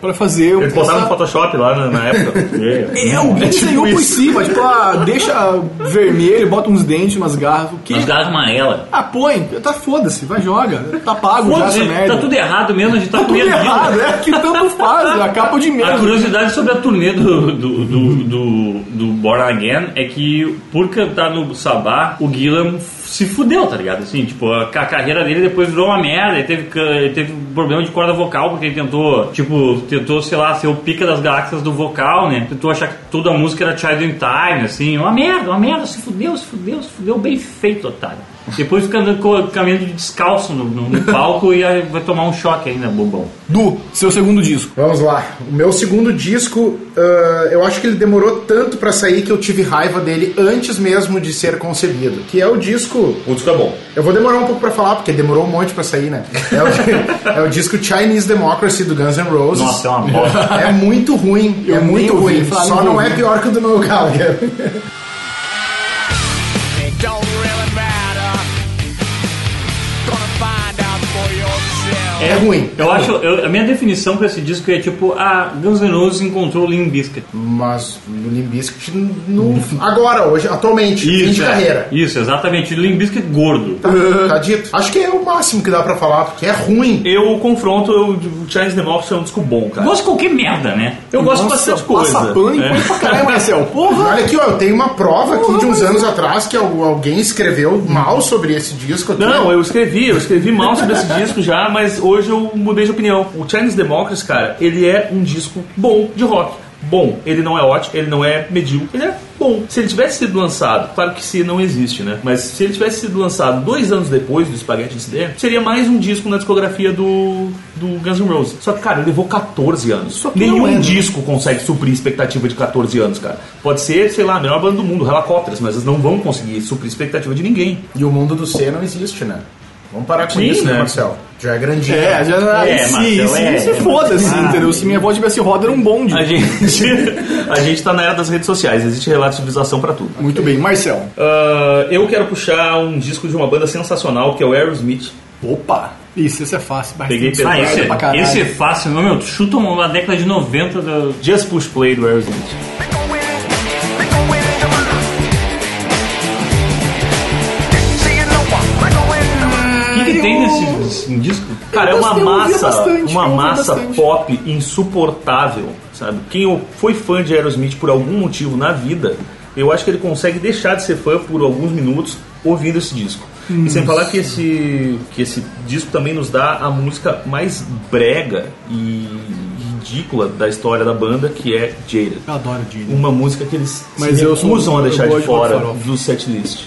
C: pra fazer.
B: Eles botaram no
C: essa-
B: Photoshop lá na, na época. É.
C: É, alguém desenhou por cima, tipo, ah, deixa vermelho, bota uns dentes, umas garras, o quê?
A: Mas garras amarela.
C: Ah, põe, tá foda-se, vai, joga, tá pago já essa merda.
A: Tá tudo errado mesmo, a gente tá
C: Tá tudo
A: perdido.
C: errado, é que tanto faz, a capa de
A: A
C: merda.
A: curiosidade sobre a turnê do, do, do, do, do Born Again é que, por cantar no Sabá, o Guilherme se fudeu, tá ligado? Assim, tipo, a, ca- carreira dele depois virou uma merda. Ele teve, ca- ele teve problema de corda vocal, porque ele tentou, tipo, tentou, sei lá, ser o pica das galáxias do vocal, né? Tentou achar que toda a música era Child in Time, assim. Uma merda, uma merda. Se fudeu, se fudeu, se fudeu. Bem feito, otário. Depois fica andando co- caminhando de descalço no, no- no palco e aí vai tomar um choque ainda, bobão.
C: Du, seu segundo disco.
E: Vamos lá. O meu segundo disco, ah, eu acho que ele demorou tanto pra sair que eu tive raiva dele antes mesmo de ser concebido. Que é o disco.
B: O disco é bom.
E: Eu vou demorar um pouco pra falar, porque demorou um monte pra sair, né? É o, é o disco Chinese Democracy do Guns N' Roses.
A: Nossa, é uma bosta.
E: É muito ruim,
C: Eu
E: é
C: nem
E: muito
C: ouvi
E: ruim.
C: falar,
E: Só
C: nem
E: não
C: ouvi.
E: é pior que o do Noel Gallagher.
F: It don't really matter. Gonna find out for yourself.
E: É ruim.
A: Eu acho, eu- a minha definição pra esse disco é tipo, ah, Guns N' Roses encontrou o Limp Bizkit.
E: Mas o Limbiscuit no... agora, hoje, atualmente, fim de
A: é.
E: carreira.
A: Isso, exatamente. Limp Bizkit gordo.
E: Tá, tá dito. Acho que é o máximo que dá pra falar, porque é ruim.
B: Eu confronto, eu, o Chinese Democracy é um disco bom, cara.
A: Gosto de qualquer merda, né?
B: Eu gosto de bastante coisa.
C: Passa pano e
A: É.
C: põe pra caralho, é Marcel. Porra!
E: Olha aqui, ó, eu tenho uma prova aqui de uns anos atrás que al- alguém escreveu mal sobre esse disco. aqui.
C: né?
B: Não, eu escrevi, eu escrevi mal sobre esse disco já, mas hoje eu mudei de opinião. O Chinese Democracy, cara, ele é um disco bom de rock. Bom, ele não é ótimo, ele não é medíocre, ele é bom. Se ele tivesse sido lançado, claro que se não existe, né? Mas se ele tivesse sido lançado dois anos depois do Spaghetti Incident, seria mais um disco na discografia do, do Guns N' Roses. Só que, cara, levou 14 anos. Só
C: que
B: Nenhum
C: não é, né?
B: disco consegue suprir expectativa de 14 anos, cara. Pode ser, sei lá, a melhor banda do mundo, Helicópteros, mas eles não vão conseguir suprir expectativa de ninguém.
E: E o mundo do C não existe, né? Vamos parar com
B: Sim,
E: isso, né,
B: né?
E: Marcel? Já é grandinho.
C: É, já
A: É,
C: se,
A: Marcel,
C: se,
A: é,
C: se
A: é,
C: foda-se, entendeu? Se minha avó tivesse roda, era um bonde.
B: A gente, a gente tá na era das redes sociais, existe relativização pra tudo.
C: Muito bem, Marcel.
B: Ah, eu quero puxar um disco de uma banda sensacional que é o Aerosmith.
C: Opa! Isso, isso é fácil. Marcel.
B: Peguei
C: Isso é
A: Ah,
B: pesado.
A: esse,
C: merda pra caralho.
A: esse é fácil, não, meu. Chuta uma década de 90 do.
B: Just Push Play do Aerosmith.
F: They gon' win it. They gon' win it. See you no more. They gon' win it.
A: O que, que tem nesse, nesse disco?
B: Cara, é
C: Eu
B: uma
C: gostei, eu ouvia
B: massa,
C: bastante, eu
B: uma
C: ouvia
B: massa
C: bastante.
B: pop insuportável, sabe? Quem foi fã de Aerosmith por algum motivo na vida, eu acho que ele consegue deixar de ser fã por alguns minutos ouvindo esse disco. E sem falar que esse, que esse disco também nos dá a música mais brega e ridícula da história da banda, que é Jaded.
C: Eu adoro Dini.
B: Uma música que eles
C: Mas
B: se
C: eu sou-
B: recusam a deixar
C: eu
B: de
C: gosto de
B: fora
C: farofa.
B: do setlist.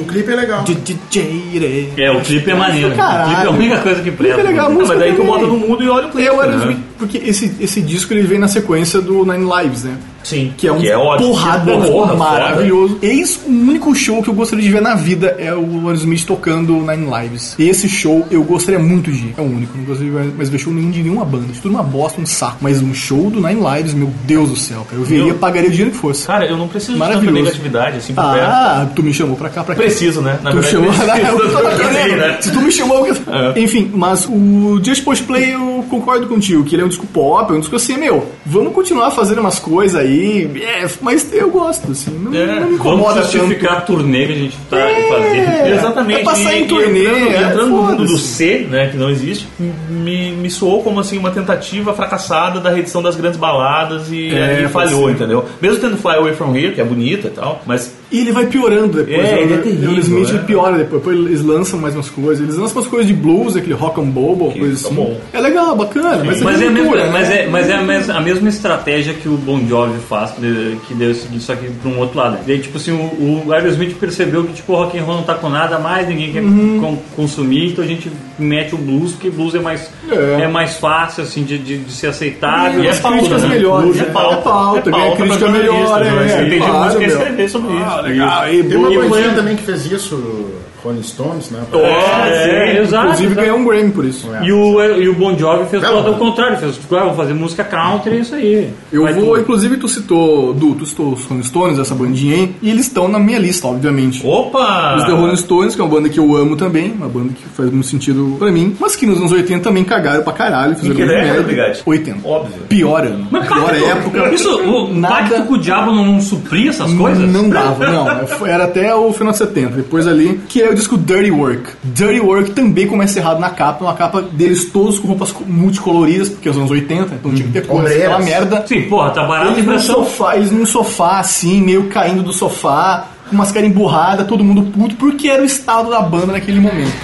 E: O clipe é legal.
C: DJ.
A: É, o clipe é maneiro.
C: Caralho.
A: O clipe é a única coisa que presta.
C: Clipe é legal,
A: né?
B: Ah, mas
C: música
B: daí tu
C: também.
B: bota no mundo e olha o clipe.
C: Eu
B: né?
C: era porque esse, esse disco ele vem na sequência do Nine Lives, né?
B: Sim,
C: Que é um
B: ótimo.
C: porrada
B: Porra, foda.
C: maravilhoso. Eis o único show que eu gostaria de ver na vida é o Aerosmith tocando o Nine Lives. Esse show eu gostaria muito de. ir. É o único, não gostaria de ver- mas ver show nenhum de nenhuma banda. De tudo uma bosta, um saco. Mas um show do Nine Lives, meu Deus do céu, cara. Eu veria,
B: Meu-
C: pagaria o dinheiro que fosse.
B: Cara, eu não preciso de tanta
C: Maravilhoso.
B: negatividade assim por perto.
C: Ah, tu me chamou pra cá, pra cá.
B: Preciso, né? Na
C: Tu me
B: verdade,
C: chamou,
B: preciso.
C: eu tava querendo.
B: né?
A: É.
C: Se tu me chamou, eu... Enfim, mas o Just Post Play eu concordo contigo, que ele é um um disco pop, é um disco assim, meu, vamos continuar fazendo umas coisas aí, é, mas eu gosto, assim, não,
A: É,
C: não me
A: vamos
C: incomoda tanto.
A: justificar a turnê que a gente tá
C: É,
A: fazendo. Exatamente.
C: é passar
A: E-
C: em
A: e
C: turnê,
A: Entrando,
C: é,
A: entrando no mundo
C: foda-se.
A: do C, né, que não existe, me, me soou como assim uma tentativa fracassada da reedição das grandes baladas e,
C: É,
A: e falhou,
C: pode ser.
A: entendeu? Mesmo tendo Fly Away From Here, que é bonita e tal, mas
C: E ele vai piorando depois.
A: É,
C: né?
A: ele é
C: O
A: terrível,
C: Aerosmith,
A: é.
C: ele piora depois. Depois eles lançam mais umas coisas. Eles lançam umas coisas de blues, aquele rock and bobo, coisa
A: tá
C: assim.
A: bom.
C: É legal, bacana, mas,
A: Mas é, a
C: aventura,
A: mesma,
C: né?
A: mas é, mas é a, mes- a mesma estratégia que o Bon Jovi faz, de- que deu o seguinte, só que para um outro lado. Daí, tipo assim, o, o Aerosmith percebeu que tipo, o rock and roll não tá com nada mais, ninguém quer
C: Uhum.
A: con- consumir, então a gente mete o blues, porque blues é mais,
C: É.
A: é. mais fácil assim, de, de, de ser aceitável. tipo assim,
C: E é
B: É
C: as
A: pauta,
C: críticas melhores,
A: Blues
C: né? É pauta, ganha
A: pra
C: crítica
A: jornalista,
C: melhor,
A: né?
C: é,
A: Você
C: é,
A: tem
C: claro,
A: música a
C: meu.
A: escrever sobre isso.
C: Ah, legal. Aí,
E: Tem uma
C: boa.
E: coisinha também que fez isso, Rolling Stones, né?
A: É,
C: É,
A: exato,
C: Inclusive
A: exato. É.
C: ganhou um Grammy por isso.
A: E o, e o Bon Jovi fez
E: Não.
A: o contrário, fez tipo, ah, vou fazer música country, é isso aí.
C: Eu
A: Vai
C: vou,
A: tu.
C: inclusive, tu citou, Du, tu citou os Rolling Stones, essa bandinha aí, e eles estão na minha lista, obviamente. Os The
B: Opa!
C: Rolling Stones, que é uma banda que eu amo também, uma banda que faz muito sentido pra mim, mas que nos anos 80 também cagaram pra caralho, fizeram
B: que
C: muito
B: década,
C: merda.
B: Brigatti?
C: 80.
B: Óbvio.
C: Pior ano. pior época.
A: Isso, o
C: Nada.
A: pacto com o diabo não, não supria essas coisas?
C: Não dava, não. Foi- Era até o final de 70, depois ali, que é o disco Dirty Work. Dirty Work também começa errado na capa, uma capa deles todos com roupas co- multicoloridas, porque é os anos 80, então tinha que ter cor,
E: Ombreiras.
C: aquela merda.
A: Sim, porra, tá barato a
C: Eles num,
A: impressão.
C: sofá, eles num sofá, assim, meio caindo do sofá, com umas caras emburradas, todo mundo puto, porque era o estado da banda naquele momento.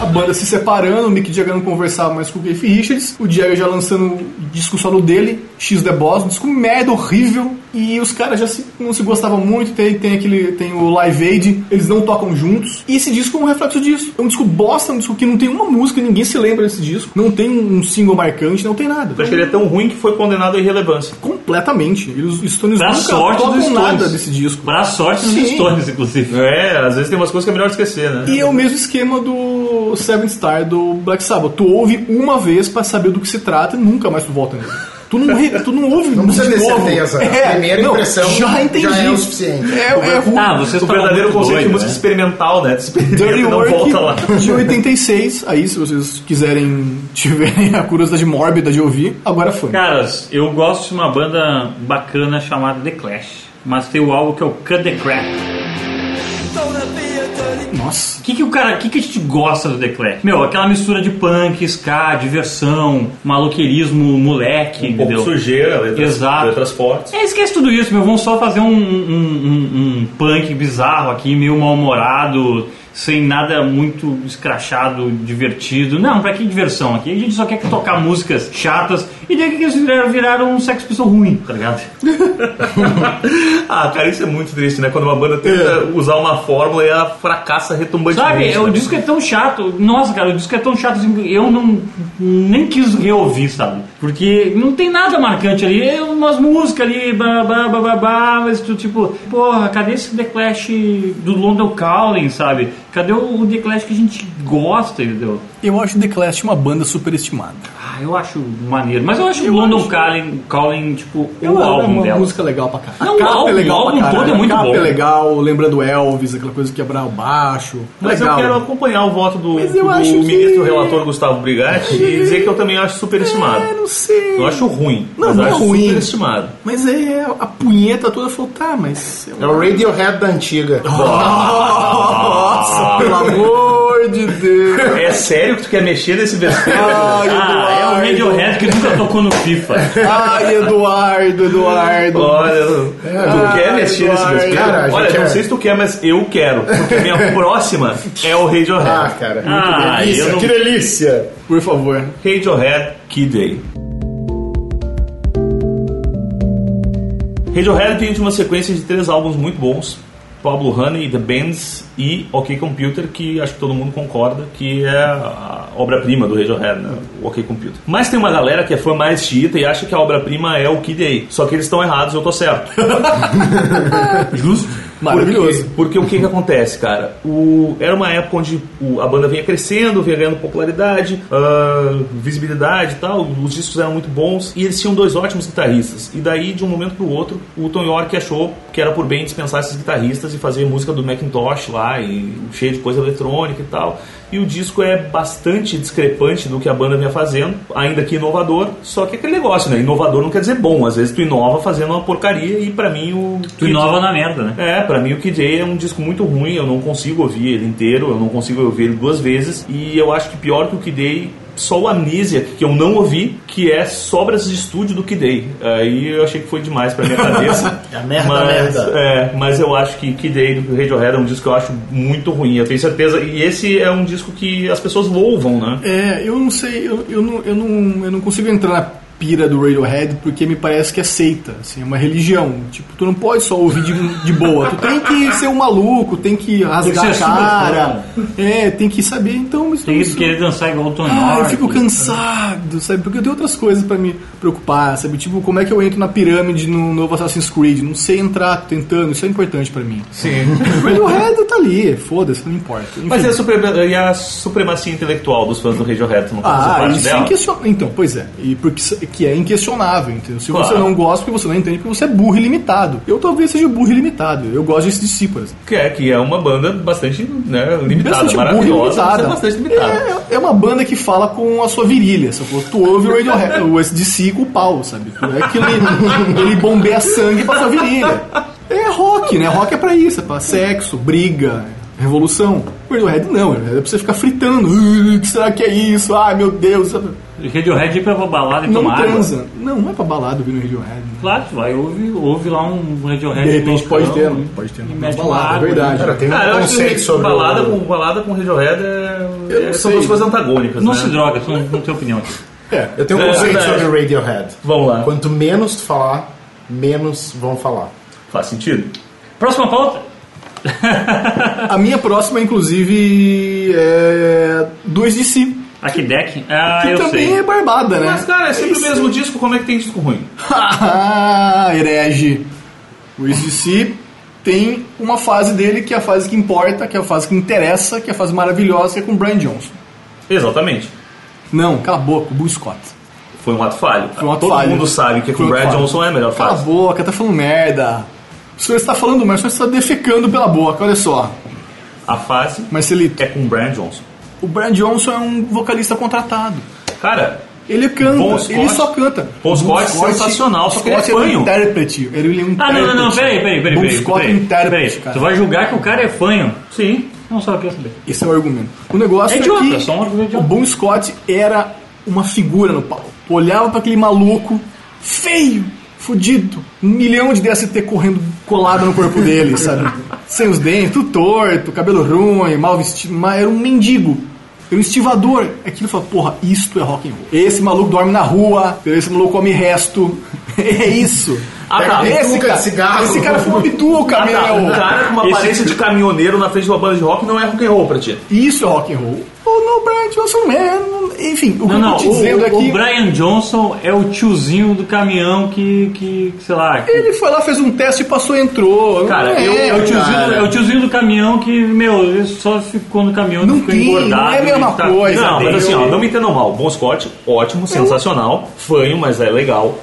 C: A banda se separando, o Mick Jagger não conversava mais com o Keith Richards, o Jagger já lançando o disco solo dele, X The Boss, um disco merda, horrível, e os caras já se- não se gostavam muito, tem, tem aquele, tem o Live Aid, eles não tocam juntos, e esse disco é um reflexo disso. É um disco bosta, um disco que não tem uma música, ninguém se lembra desse disco, não tem um single marcante, não tem nada.
B: Eu acho que ele é tão ruim que foi condenado à irrelevância.
C: Completamente. E os Stones
A: Pra
C: nunca
A: sorte dos
C: tocam
A: Stones.
C: nada desse disco.
A: Pra sorte dos
C: Sim.
A: Stones, inclusive.
B: É, às vezes tem umas coisas que é melhor esquecer, né?
C: E é o mesmo esquema do Seven Star do Black Sabbath. Tu ouve uma vez pra saber do que se trata e nunca mais tu volta nele. Tu não, re- tu não ouve
E: Não precisa
C: de
E: ter
C: novo. É,
E: certeza. A primeira
C: não,
E: impressão
C: já entendi.
E: já é o suficiente.
C: É, é ruim.
A: Ah, vocês
B: o
A: estavam
B: verdadeiro
A: muito
B: conceito de
A: doidos,
B: música experimental, né? Experimenta
C: Dirty
B: e não
C: Work
B: volta lá.
C: de 86. Aí, se vocês quiserem, tiverem a curiosidade mórbida de ouvir, agora foi.
A: Caras, eu gosto de uma banda bacana chamada The Clash. Mas tem o álbum que é o Cut the Crap.
C: Nossa.
A: O que, que o cara, o que, que a gente gosta do The Clash? Meu, aquela mistura de punk, ska, diversão, maloqueirismo, moleque,
B: Um pouco
A: entendeu?
B: sujeira, letras,
A: Exato.
B: letras fortes.
A: É, esquece tudo isso, meu. Vamos só fazer um, um- um- um punk bizarro aqui, meio mal-humorado, sem nada muito escrachado, divertido. Não, pra que diversão aqui? A gente só quer tocar músicas chatas. E daí o que que eles viraram? Viraram um sex pistol ruim, tá ligado?
B: Ah, cara, isso é muito triste, né? Quando uma banda tenta usar uma fórmula e ela fracassa retumbantemente.
A: Sabe,
B: né?
A: o disco é tão chato. Nossa, cara, o disco é tão chato assim que eu não nem quis reouvir, sabe? Porque não tem nada marcante ali. É umas músicas ali, blá, blá, blá, blá, blá, mas tu tipo, porra, cadê esse The Clash do London Calling, sabe? Cadê o, o The Clash que a gente gosta, entendeu?
C: Eu acho The Clash uma banda superestimada.
A: Ah, eu acho maneiro. Mas eu acho o London Calling, Calling, tipo, o
C: amo, é
A: álbum
C: uma
A: dela.
C: música legal pra
A: Não,
C: caralho.
A: o álbum- o álbum
C: pra caralho.
A: todo é muito
C: a capa
A: bom.
C: é legal, lembrando Elvis, aquela coisa de quebrar o baixo.
B: Mas
C: legal.
B: eu quero acompanhar o voto do,
C: Mas eu
B: do
C: acho que-
B: ministro relator Gustavo Brigatti e dizer que eu também acho superestimado.
C: É, não sei.
B: Eu acho ruim,
C: Não,
B: mas
C: não é
B: acho
C: ruim.
B: superestimado.
C: Mas é a punheta toda falou, tá, mas. eu-
E: É o Radiohead da antiga.
A: Ah,
C: Nossa, pelo amor de Deus!
B: É sério que tu quer mexer nesse vestido?
C: Ai,
A: Ah, é o
C: Eduardo!
A: Radiohead que nunca tocou no FIFA.
C: Ai, Eduardo, Eduardo!
B: Olha, tu quer
C: Ah,
B: mexer
C: Eduardo.
B: nesse vestido?
E: É, Cara, a gente
B: Olha,
E: é-
B: não sei se tu quer, mas eu quero. Porque minha próxima é o Radiohead.
E: Ah, cara.
A: Ah,
E: que delícia,
A: eu não-
E: que delícia.
C: Por favor.
B: Radiohead Kid Day. Radiohead vem de uma sequência de três álbuns muito bons. Pablo Honey, The Bands e OK Computer, que acho que todo mundo concorda que é a obra-prima do Radiohead, né? O OK Computer. Mas tem uma galera que é fã mais chita e acha que a obra-prima é o Kid Day. Só que eles estão errados, eu tô certo. Justo.
C: Maravilhoso.
B: Porque, porque o que que acontece, cara? O, era uma época onde o- a banda vinha crescendo, vinha ganhando popularidade, ah, visibilidade e tal, os discos eram muito bons e eles tinham dois ótimos guitarristas. E daí, de um momento pro outro, o Tom York achou que era por bem dispensar esses guitarristas e fazer música do Macintosh lá, e cheio de coisa eletrônica e tal. E o disco é bastante discrepante do que a banda vinha fazendo, ainda que inovador, só que é aquele negócio, né? Inovador não quer dizer bom, às vezes tu inova fazendo uma porcaria e pra mim o.
A: Tu inova na merda, né?
B: É, pra mim o Kid A é um disco muito ruim, eu não consigo ouvir ele inteiro, eu não consigo ouvir ele duas vezes, e eu acho que pior que o Kid A, só o Amnesia, que eu não ouvi, que é sobras de estúdio do Kid A. Aí eu achei que foi demais pra minha cabeça.
G: É A merda, a
B: mas,
G: merda.
B: É, mas eu acho que Kid A do Radiohead é um disco que eu acho muito ruim, eu tenho certeza, e esse é um disco que as pessoas louvam, né?
C: É, eu não sei, eu, eu, não, eu, não, eu não consigo entrar na pira do Radiohead porque me parece que é seita, assim, é uma religião. Tipo, tu não pode só ouvir de, de boa, tu tem que ser um maluco, tem que rasgar
A: ser
C: a cara, é, tem que saber, então... Mas
A: Tem
C: não-
A: isso que né? querer dançar igual o Tony
C: Ah, eu
A: North.
C: fico cansado, sabe? Porque eu tenho outras coisas pra me preocupar, sabe? Tipo, como é que eu entro na pirâmide no novo Assassin's Creed? Não sei entrar, tô tentando, isso é importante pra mim.
B: Sim.
C: O Radiohead tá ali, foda-se, não importa. Enfim.
B: Mas e a, suprema- e a supremacia intelectual dos fãs do Radiohead? Tu não pode fazer
C: Ah,
B: parte
C: isso é
B: dela?
C: inquestionável. Então, pois é. E porque isso- que é inquestionável, entendeu? Se você
B: Claro.
C: não gosta, porque você não entende, porque você é burro e limitado. Eu talvez seja burro e limitado. Eu gosto desses discípulos.
B: Que é, que é uma banda bastante né, limitada,
C: Bastante burro e
B: maravilhosa, mas
C: limitada.
B: é bastante limitada.
C: É, é uma banda que fala com a sua virilha. Sacou? Tu ouve o Radiohead, o SDC com o pau, sabe? Tu É que ele, ele bombeia sangue pra sua virilha. É rock, né? Rock é pra isso, é pra sexo, briga, revolução. O Radiohead não, o Radiohead é pra você ficar fritando. "Uh, o que será que é isso? Ai, meu Deus. sabe?
A: Radiohead é pra balada e
C: Não
A: tomar água.
C: transa. Não, não é pra balada ouvir no Radiohead. né?
A: Claro, tu vai, ouve, ouve lá um Radiohead.
C: De repente
A: no
C: pode
A: balcão
C: ter,
A: e-
C: né? Pode ter
A: e
C: uma
A: mete uma
C: balada, é
A: água. né?
C: verdade.
E: Cara, tem um
B: Cara, eu acho
E: conceito
B: que
E: sobre
B: balada,
E: o...
B: com, balada com Radiohead é, são
C: não sei.
B: duas coisas antagônicas.
A: Não
B: né?
A: se droga, tu não, não tem opinião. aqui.
C: É.
E: Eu tenho um
B: É,
E: conceito
B: verdade.
E: sobre o Radiohead.
B: Vamos lá.
E: Quanto menos tu falar, menos vão falar.
B: Faz sentido?
A: Próxima pauta?
C: A minha próxima, inclusive, é. 2 de si.
A: Aqui, deck. Ah,
C: Que
A: eu
C: também
A: sei.
C: é barbada, né?
B: Mas, cara, é sempre
C: Isso.
B: o mesmo disco, como é que tem disco ruim?
C: Ah, herege. O ACDC tem uma fase dele que é a fase que importa, que é a fase que interessa, que é a fase maravilhosa, que é com o Brian Johnson.
B: Exatamente.
C: Não, cala a boca, o Bull Scott.
B: Foi um ato falho.
C: Foi um ato
B: Todo
C: falho.
B: mundo sabe que com
C: Foi
B: o
C: um ato
B: Brad
C: falho.
B: Johnson é a melhor
C: Cala a
B: fase.
C: boca, tá falando merda. O senhor está falando merda, o senhor está defecando pela boca, olha só.
B: A fase
C: Marcelito,
B: é com o Brad Johnson.
C: o Brian Johnson é um vocalista contratado.
B: Cara,
C: Ele canta,
B: Bom Scott.
C: ele só canta.
B: Bom
A: é
B: Scott, sensacional, só que ele é
C: Scott era
B: fanho.
C: um intérprete. Ele é um
A: Ah, não, não, não,
C: intérprete.
A: peraí, peraí, peraí.
C: Bom
A: peraí,
C: Scott é um
A: peraí,
C: intérprete,
A: peraí.
C: cara.
A: Tu vai julgar que o cara é fanho?
B: sim.
A: Não só quer saber.
C: Esse é o argumento. O negócio
A: É
C: é,
A: idiota,
C: que
A: é só um argumento
C: o
A: idiota.
C: Bon Scott era uma figura no palco. Tu Olhava pra aquele maluco feio, fudido, um milhão de DST correndo colado no corpo dele, sabe? Sem os dentes, tudo torto, cabelo ruim, mal vestido, mas era um mendigo. Era um estivador. Aquilo fala, porra, isto é rock and roll. Esse maluco dorme na rua, esse maluco come resto. É isso.
B: Ah, tá.
C: esse,
E: Bituca,
C: cara,
E: cigarro.
C: esse cara foi uma bituca,
B: Ah, tá,
C: meu.
B: um cara com uma
A: Esse-
B: aparência de caminhoneiro na frente de uma banda de rock não é rock and roll pra ti.
C: Isso é rock and roll. Ou não, Brian Johnson Man. um Enfim, o que
A: Não, não,
C: eu tô te dizendo
A: o,
C: é que
A: o Brian Johnson é o tiozinho do caminhão que, que que, sei lá. que-
C: ele foi lá, fez um teste, passou e entrou.
B: Cara,
C: não é,
B: eu-
A: É o, tiozinho, é o tiozinho do caminhão que, meu, ele só ficou no caminhão
C: Não
A: e ficou
C: tem,
A: engordado.
C: não é a mesma
A: ele tá-
C: coisa.
B: Não, mas
C: Eu-
B: assim, ó, não me entendam mal. Bom Scott, ótimo, sensacional, fanho, mas é legal.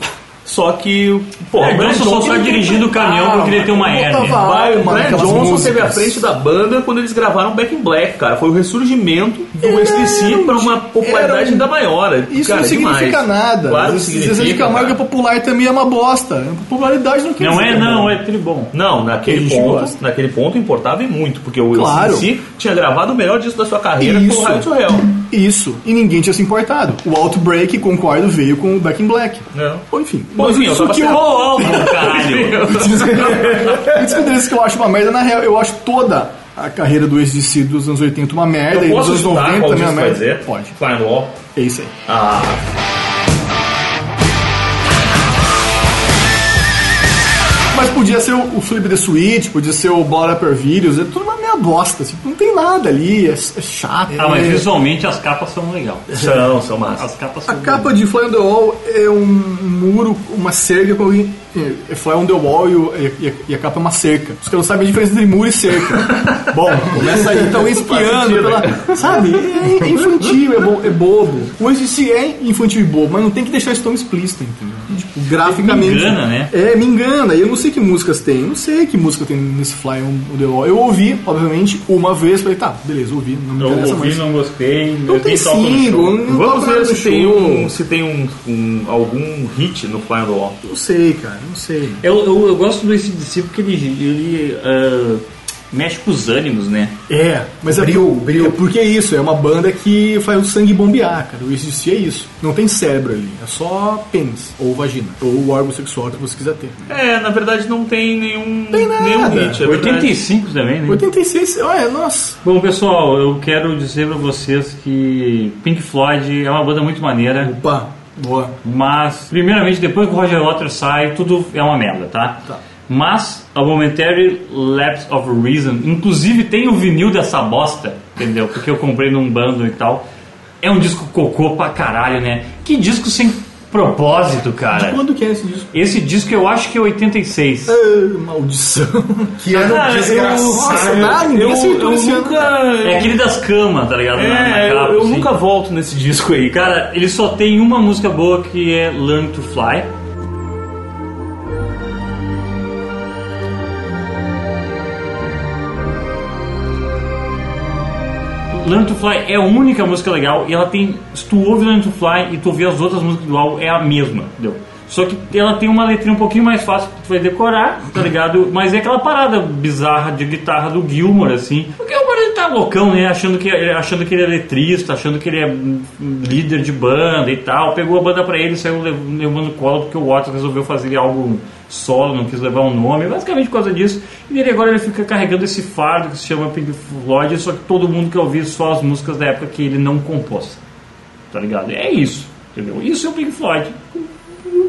B: Só que, pô,
A: É,
B: o Brian
A: Johnson só
B: Johnson,
A: sai dirigindo o caminhão porque ele tem uma
C: eu
A: hérnia.
C: Ah,
B: Vai,
C: botava
B: o
C: alma
B: Brian
C: naquelas
B: Johnson esteve à
C: músicas.
B: frente da banda quando eles gravaram Back in Black, cara. Foi o ressurgimento um do SDC pra uma popularidade
C: era um-
B: ainda maior.
C: Isso
B: Cara,
C: não
B: é demais.
C: significa nada.
B: Claro que
C: Às vezes a gente
B: significa.
C: que a marca
B: cara.
C: popular também é uma bosta. A popularidade não quer
A: Não
C: dizer
A: é,
C: que
A: não,
C: bom.
A: é tribom.
B: Não,
C: Que
B: naquele
C: a gente
B: ponto,
C: gosta.
B: naquele ponto importava e muito, porque o
C: Claro.
B: SDC tinha gravado o melhor disco da sua carreira com
C: Isso.
B: o Raio to Hell.
C: Isso. E ninguém tinha se importado. O Outbreak, concordo, veio com o Back in Black.
B: É.
C: Ou enfim.
B: Bom, enfim, eu
C: isso
B: tava
C: que eu-
A: Ô, álbum, caralho!
C: Antes que eu disse que eu acho uma merda, na real, eu acho toda a carreira do ACDC dos anos 80 uma merda
B: Eu
C: e dos
B: posso
C: anos
B: chutar
C: 90
B: qual
C: também
B: disco
C: uma
B: vai
C: merda.
B: dizer?
C: Pode.
B: Firewall.
C: É isso aí.
B: Ah,
C: Mas podia ser o, o Flip the Switch, podia ser o Bora Upper Videos, é tudo uma meia bosta, assim, não tem nada ali, é, é chato.
A: Ah, mas
C: é-
A: visualmente as capas são legal.
B: são, são massas.
A: As capas
C: A
A: são
C: capa de Fly on the Wall é um muro, uma cerca com alguém é, é Fly on the Wall e, o- e- e a- e a capa é uma cerca. Os caras não sabem a diferença entre muro e cerca. Bom, começa aí, então, espiando.
A: né?
C: Pela, sabe? É, é infantil, é, bo- é bobo. O SDC é infantil e bobo, mas não tem que deixar isso tão explícito, entendeu? Tipo, graficamente.
A: Me engana, né?
C: É, me engana. E Eu não sei que músicas tem. Não sei que música tem nesse Fly on the Wall. Eu ouvi, obviamente, uma vez. Falei, tá, beleza, ouvi. Não me
A: Eu
C: interessa
A: ouvi,
C: mais.
A: não gostei.
C: Não
A: eu
C: tem
A: vi só quando
C: single,
A: show.
C: não
B: Vamos
C: tá
B: ver
C: parado no
B: se tem,
C: show.
B: um, se tem um, um- algum hit no Fly on the Wall.
C: Não sei, cara, não sei.
A: Eu, eu, eu gosto do ACDC porque ele, ele ah, mexe com os ânimos, né?
C: É, mas
E: Bril,
C: é, por-
E: bril.
C: é porque é isso, é uma banda que faz o sangue bombear, cara. O ACDC é isso. Não tem cérebro ali, é só pênis, ou vagina, ou o órgão sexual que você quiser ter.
B: É, na verdade não tem nenhum,
C: nada.
B: nenhum hit. É verdade.
A: 85 também, né?
C: 86, olha, nossa.
A: Bom, pessoal, eu quero dizer pra vocês que Pink Floyd é uma banda muito maneira,
C: Opa, boa.
A: mas, primeiramente, depois que o Roger Waters sai, tudo é uma merda, tá?
C: Tá.
A: Mas, a Momentary Lapse of Reason, inclusive tem o vinil dessa bosta, entendeu? Porque eu comprei num bando e tal. É um disco cocô pra caralho, né? Que disco sem propósito, cara.
C: Quando que é esse disco?
A: Esse disco eu acho que é 86.
C: Ah, maldição.
E: Que ano
B: Cara, eu-
E: desgraçado.
C: Nossa, nada, ninguém
B: Eu,
C: acertou
B: eu
C: esse ano.
B: nunca...
A: É aquele das camas, tá ligado? Na- na
B: É, eu,
A: capa,
B: eu
A: assim.
B: nunca volto nesse disco aí, cara.
A: Cara, ele só tem uma música boa que é Learn to Fly. Learn to Fly é a única música legal e ela tem. Se tu ouve Learn to Fly e tu ouve as outras músicas do álbum, é a mesma, entendeu? Só que ela tem uma letrinha um pouquinho mais fácil que tu vai decorar, tá ligado? Mas é aquela parada bizarra de guitarra do Gilmore, assim. Porque o Gilmore ele tá loucão, né? Achando que, achando que ele é letrista, achando que ele é hum, líder de banda e tal. Pegou a banda pra ele e saiu lev- levando cola porque o Watson resolveu fazer algo solo, não quis levar um nome, basicamente por causa disso. E ele agora ele fica carregando esse fardo que se chama Pink Floyd, só que todo mundo quer ouvir só as músicas da época que ele não compôs. Tá ligado? É isso, entendeu? Isso é o Pink Floyd.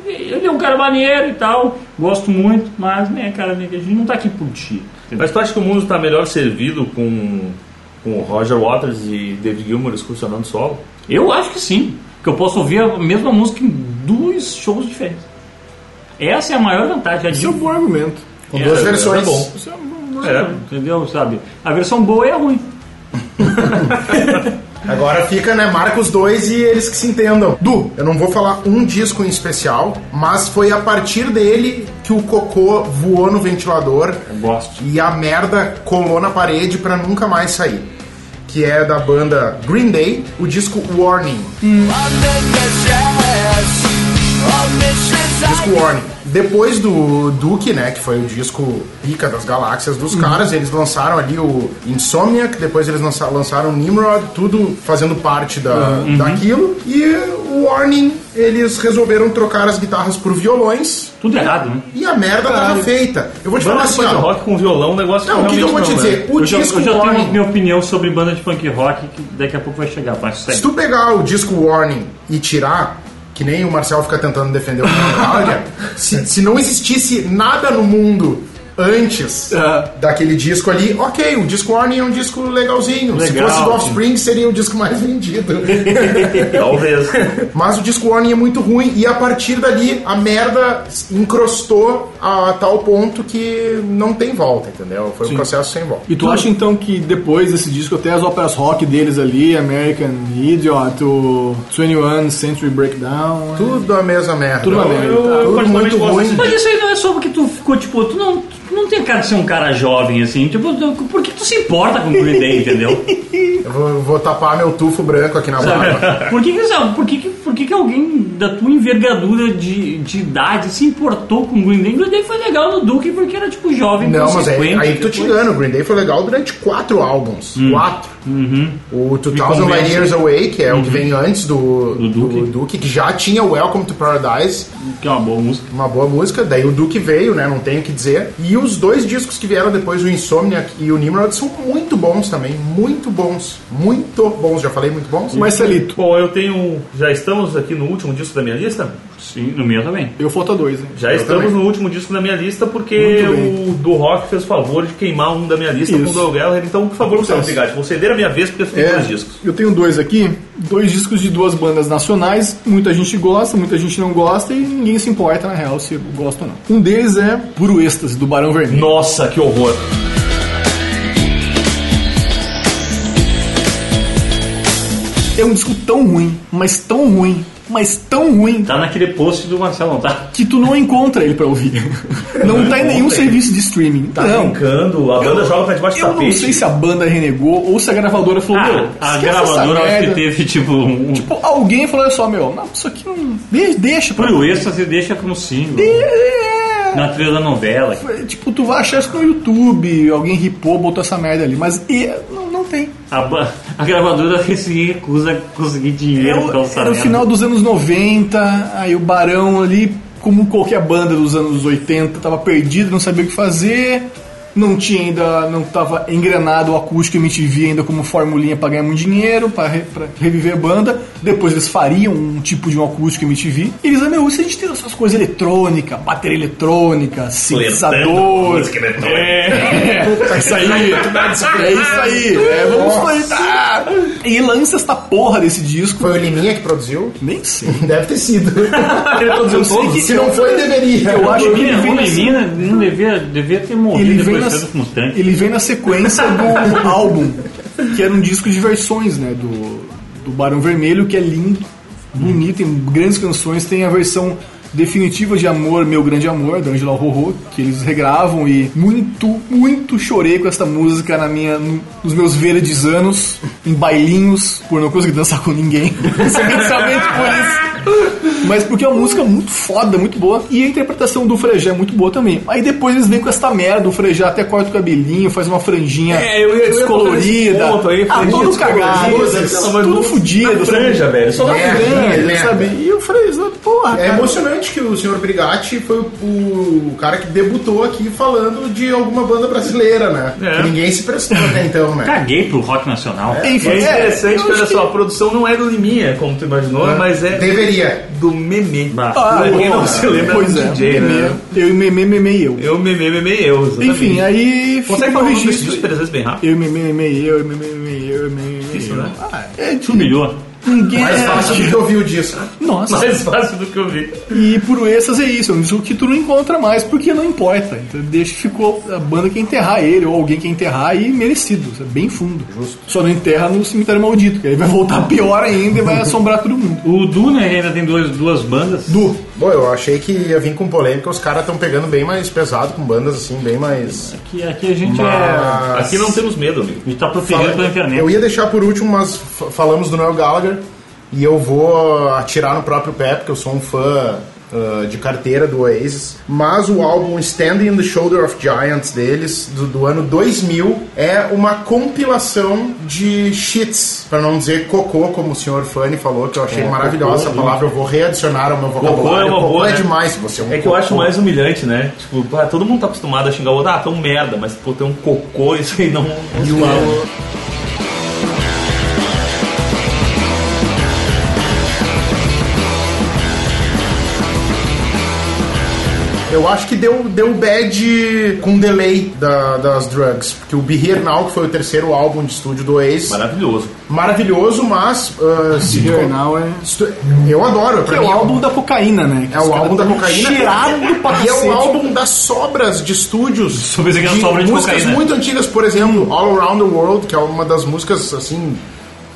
A: Ele é um cara maneiro e tal, gosto muito, mas, né, cara, né, a gente não tá aqui por ti. entendeu?
B: Mas tu acha que o mundo tá melhor servido com, com Roger Waters e David Gilmour excursionando solo?
A: Eu acho que sim, que eu posso ouvir a mesma música em dois shows diferentes. Essa é a maior vantagem. a
C: Isso é um bom argumento.
E: Com duas
B: É,
E: versões.
B: é bom.
C: Isso é um bom argumento.
B: É.
A: Entendeu? Sabe? A versão boa é a ruim.
E: Agora fica, né? Marca os dois e eles que se entendam. Du, eu não vou falar um disco em especial, mas foi a partir dele que o cocô voou no ventilador
A: Gosto.
E: e a merda colou na parede pra nunca mais sair. Que é da banda Green Day, o disco Warning. Disco Warning. Depois do Duke, né, que foi o disco pica das galáxias dos caras, eles lançaram ali o Insomniac, depois eles lança- lançaram o Nimrod, tudo fazendo parte da, daquilo. E o Warning, eles resolveram trocar as guitarras por violões
A: Tudo errado, né?
E: e a merda tava feita. Eu vou te falar
B: Banda de
E: assim,
B: punk
E: ó.
B: rock com violão, um negócio
E: Não, o que, que eu vou
B: realmente
E: te
B: não,
E: dizer?
B: né?
E: O
A: eu já,
E: disco
A: eu já
E: Warning...
A: tenho minha opinião sobre banda de punk rock, que daqui a pouco vai chegar, mas segue.
E: Se tu pegar o disco Warning e tirar, que nem o Marcel fica tentando defender o Metallica, se, se não existisse nada no mundo antes
C: Ah.
E: daquele disco ali, ok, o disco Warning é um disco legalzinho. se
A: Legal,
E: fosse do
A: sim.
E: Offspring, seria o disco mais vendido.
B: Talvez.
E: Mas o disco Warning é muito ruim e a partir dali a merda encrostou a tal ponto que não tem volta, entendeu? Foi um processo sem volta.
C: E tu acha então que depois desse disco, até as óperas rock deles ali, American Idiot, o 21 Century Breakdown.
E: Tudo a mesma merda.
C: Tudo a
E: Eu-
C: merda.
E: eu- eu
B: particularmente
E: muito
B: gosto
E: ruim.
B: desse
A: Mas isso aí não é só porque tu ficou, tipo, tu não, tu não tem cara de ser um cara jovem, assim. Tipo, tu- por que tu se importa com Green Day, entendeu?
E: Eu vou, vou tapar meu tufo branco aqui na barba.
A: Sabe? Por que que, sabe, por que, que, por que, que alguém da tua envergadura de, de idade se importou com Green Day? Green Day foi legal no Duke porque era, tipo, jovem,
E: Não, mas aí,
A: consequente.
E: aí tu tô
A: depois-
E: tirando. O Green Day foi legal durante quatro álbuns.
C: Hum.
E: Quatro.
C: Uhum.
E: O 2000
A: convence.
E: Light Years Away, que é o que vem antes do, do,
A: Duke.
E: Duke. que já tinha Welcome to Paradise,
A: Que é uma boa música.
E: uma boa música. Daí o Duke veio, né? Não tenho o que dizer. E os dois discos que vieram depois, o Insomniac e o Nimrod, são muito bons também. Muito bons. Muito bons. Já falei muito bons?
C: Marcelito,
B: Bom, eu tenho. um- Já estamos aqui no último disco da minha lista?
A: Sim, no meu também.
C: eu falta dois, hein?
B: Já
E: Eu
B: estamos
E: também.
B: no último disco da minha lista, porque
C: Muito bem.
B: o do rock fez o favor de queimar um da minha lista
C: Isso.
B: com o Doug Gallagher. Então, por favor, Gustavo
C: Acontece.
B: Brigatti, vou ceder a minha vez porque eu fiz
C: É,
B: dois discos.
C: Eu tenho dois aqui, dois discos de duas bandas nacionais, muita gente gosta, muita gente não gosta e ninguém se importa na real se gosta ou não. Um deles é Puro Êxtase, do Barão Vermelho.
B: Nossa, que horror.
C: É um disco tão ruim, mas tão ruim, mas tão ruim
A: Tá naquele post do Marcelo, não tá?
C: que tu não encontra ele pra ouvir. Não tá em nenhum serviço de streaming.
B: Tá
C: não.
B: brincando, a banda joga pra debaixo do
C: Eu não
B: tapete.
C: sei se a banda renegou ou se a gravadora falou, meu,
A: Ah, a
C: esquece essa
A: gravadora acho
C: merda.
A: que teve tipo um.
C: Pô, Alguém falou olha só, meu, não, isso aqui não. Deixa, deixa pra
A: Pro êxtase deixa como single.
C: É,
A: Na trilha da novela.
C: Tipo, tu vai achar isso no YouTube, alguém ripou, botou essa merda ali, mas e, não, não tem.
A: A, ba- a gravadora se recusa a conseguir dinheiro
C: Era,
A: pra um usar
C: era o
A: merda.
C: é, final dos anos 90, aí o Barão ali, como qualquer banda dos anos 80, tava perdido, não sabia o que fazer, não tinha ainda, não tava engrenado o acústico MTV ainda como formulinha pra ganhar muito dinheiro, pra, re- pra reviver a banda. Depois eles fariam um tipo de um acústico MTV. E eles, ah, meu, e se a gente tem essas coisas eletrônicas, bateria eletrônica, sintetizador, É isso aí. É isso aí. É, vamos plantar. E lança esta porra desse disco.
E: Foi o Liminha que produziu?
C: Nem sei.
E: Deve ter sido.
B: Ele produziu
C: Eu sei
B: todos.
C: que-
E: Se não foi, deveria.
C: Eu acho que ele
A: Menina,
C: vem
A: o
C: na,
A: menina hum, não devia, devia ter morrido
C: ele vem
A: depois
C: na,
A: de ser do Mustang.
C: ele vem na sequência do álbum, que era um disco de versões, né? Do, do Barão Vermelho, que é lindo, bonito, tem grandes canções. Tem a versão definitiva de Amor, Meu Grande Amor, da Angela Rorô, que eles regravam e muito, muito chorei com esta música na minha, no- nos meus verdes anos, em bailinhos, por não conseguir dançar com ninguém. Especialmente por isso. Mas porque é uma música muito foda, muito boa. E a interpretação do Frejá é muito boa também. Aí depois eles vêm com essa merda, o Frejá até corta o cabelinho, faz uma franjinha
B: É, eu ia- eu ia botar
C: descolorida.
B: esse ponto aí,
C: ah,
B: franjinha
C: tudo cagado,
B: descolorida, mas
C: tudo
B: não-
C: fudido.
B: na franja, velho, só na
C: É,
E: franja,
C: é, sabe? E o Frejá, porra,
E: É
C: cara.
E: emocionante que o senhor Brigatti foi o, o cara que debutou aqui falando de alguma banda brasileira, né?
A: É.
E: Que ninguém se prestou até então, né?
A: Caguei pro rock nacional.
C: Enfim,
B: E é
C: eu
B: interessante que,
C: acho
B: olha
C: que-
B: só, a produção não é do Liminha, como tu imaginou, mas é
E: Deveria.
B: do Meme.
A: Bah.
C: Ah,
B: Pra quem
C: porra.
B: não se lembra,
C: pois
B: do
C: é,
B: DJ,
C: Meme,
B: né?
C: Eu e Meme, Meme e eu.
B: Eu, Meme, Meme, eu. exatamente.
C: Enfim,
B: Consegue
C: aí fica o
B: falar o nome desse
C: registro.
B: disco três vezes bem rápido?
C: Eu e Meme, Meme e eu, eu e Meme, Meme e eu, eu e Meme, Meme e
B: Isso,
C: eu.
B: né?
C: Ah, é de-
A: Humilhou.
C: Ninguém
E: Mais
C: é-
E: fácil do que ouvir o disco.
C: Nossa.
B: Mais fácil do que eu vi.
C: E por essas é isso, é um disco que tu não encontra mais porque não importa. Então deixa ficou a banda que enterrar ele ou alguém que enterrar e merecido, sabe? bem fundo. Só não enterra no cemitério maldito, que aí vai voltar pior ainda e vai assombrar todo mundo.
A: O Du, né, ainda tem dois, duas bandas.
C: Du,
E: Bom, eu achei que ia vir com polêmica, os caras estão pegando bem mais pesado, com bandas assim, bem mais.
A: Que aqui a gente é.
E: Mas-
B: Aqui não temos medo, amigo.
A: A gente tá
E: Fala-
A: protegendo pela internet.
E: Eu ia deixar por último, mas fa- falamos do Noel Gallagher e eu vou atirar no próprio pé, porque eu sou um fã ah, de carteira do Oasis. Mas o álbum Standing in the Shoulder of Giants deles, do, do ano 2000, é uma compilação de shits, pra não dizer cocô, como o senhor Fanny falou, que eu achei maravilhosa essa palavra. Eu vou readicionar ao meu
B: né?
E: vocabulário.
B: é uma boa, né?
E: demais, você é um
B: É que eu
E: cocô.
B: acho mais humilhante, né? Tipo, pá, todo mundo tá acostumado a xingar o outro, ah, tu é um merda, mas pô, tu é um cocô, isso aí não. não se fala.
E: Eu acho que deu, deu bad com delay da- das drugs. Porque o Be Here Now, que foi o terceiro álbum de estúdio do Ace,
B: é Maravilhoso.
E: maravilhoso, mas. ah, se tu-
C: Jornal é.
E: se tu- eu adoro, pra
C: Que é o
E: mim.
C: álbum da cocaína, né?
E: É o álbum da cocaína.
C: Cheirado pra
E: E é
C: cacete.
E: o álbum das sobras de estúdios.
A: Eu pensei que era sobra de
E: músicas
A: cocaína.
E: muito antigas, por exemplo, All Around the World, que é uma das músicas assim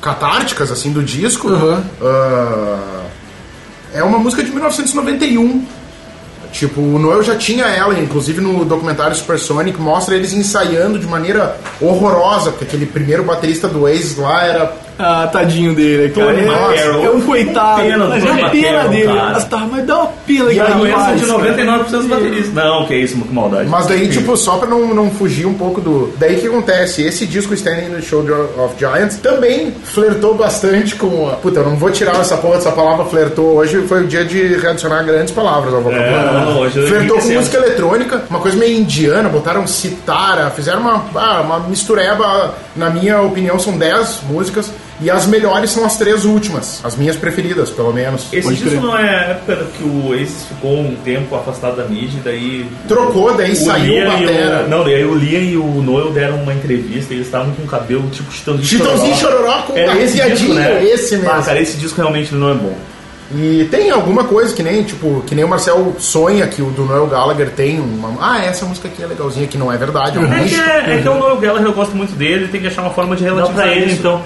E: catárticas assim do disco.
C: Uhum.
E: Ah, é uma música de 1991. Tipo, o Noel já tinha ela, inclusive no documentário Supersonic, mostra eles ensaiando de maneira horrorosa, porque aquele primeiro baterista do Oasis lá era
C: Ah, tadinho dele, cara.
B: Tony
C: É,
B: Macaro.
C: é um coitado.
B: Pena do
C: mas é
B: Tony
C: uma pena
B: Macaro,
C: dele.
B: cara.
C: Mas, tá, mas dá uma pena
B: E a
C: cara,
B: doença
C: mais,
B: de
C: cara.
B: 99% dos bateristas. Não, que isso, que maldade.
E: Mas daí, tipo, só pra não, não fugir um pouco do. Daí o que acontece? Esse disco Standing in the Shoulder of Giants também flertou bastante com. a- Puta, eu não vou tirar essa porra dessa palavra flertou. Hoje foi o dia de readicionar grandes palavras ao vocabulário.
B: É, não, hoje eu
E: flertou com
B: enriquecemos.
E: música eletrônica, uma coisa meio indiana, botaram citara, fizeram uma, ah, uma mistureba. Na minha opinião, são 10 músicas. E as melhores são as três últimas. As minhas preferidas, pelo menos.
B: Esse
C: Pode
B: disco
C: crer.
B: não é a época que o Aces ficou um tempo afastado da mídia, e daí.
E: Trocou, daí
B: o
E: saiu
B: Liam
E: o
B: e
E: Batera.
B: o, Não, daí o Liam e o Noel deram uma entrevista e eles estavam com o cabelo tipo Chitãozinho
E: Chitãozinho Chororó com
B: Era esse disco,
E: barbeadinho,
B: né?
E: esse mesmo.
B: Ah, cara, esse disco realmente não é bom.
E: E tem alguma coisa que nem, tipo, que nem o Marcel sonha que o do Noel Gallagher tem uma. Ah, essa música aqui é legalzinha, que não é verdade, é um
B: É que,
E: lixo.
B: é, é que o Noel Gallagher, eu gosto muito dele, tem que achar uma forma de
A: Dá pra
B: relativizar
A: ele,
B: isso.
A: então.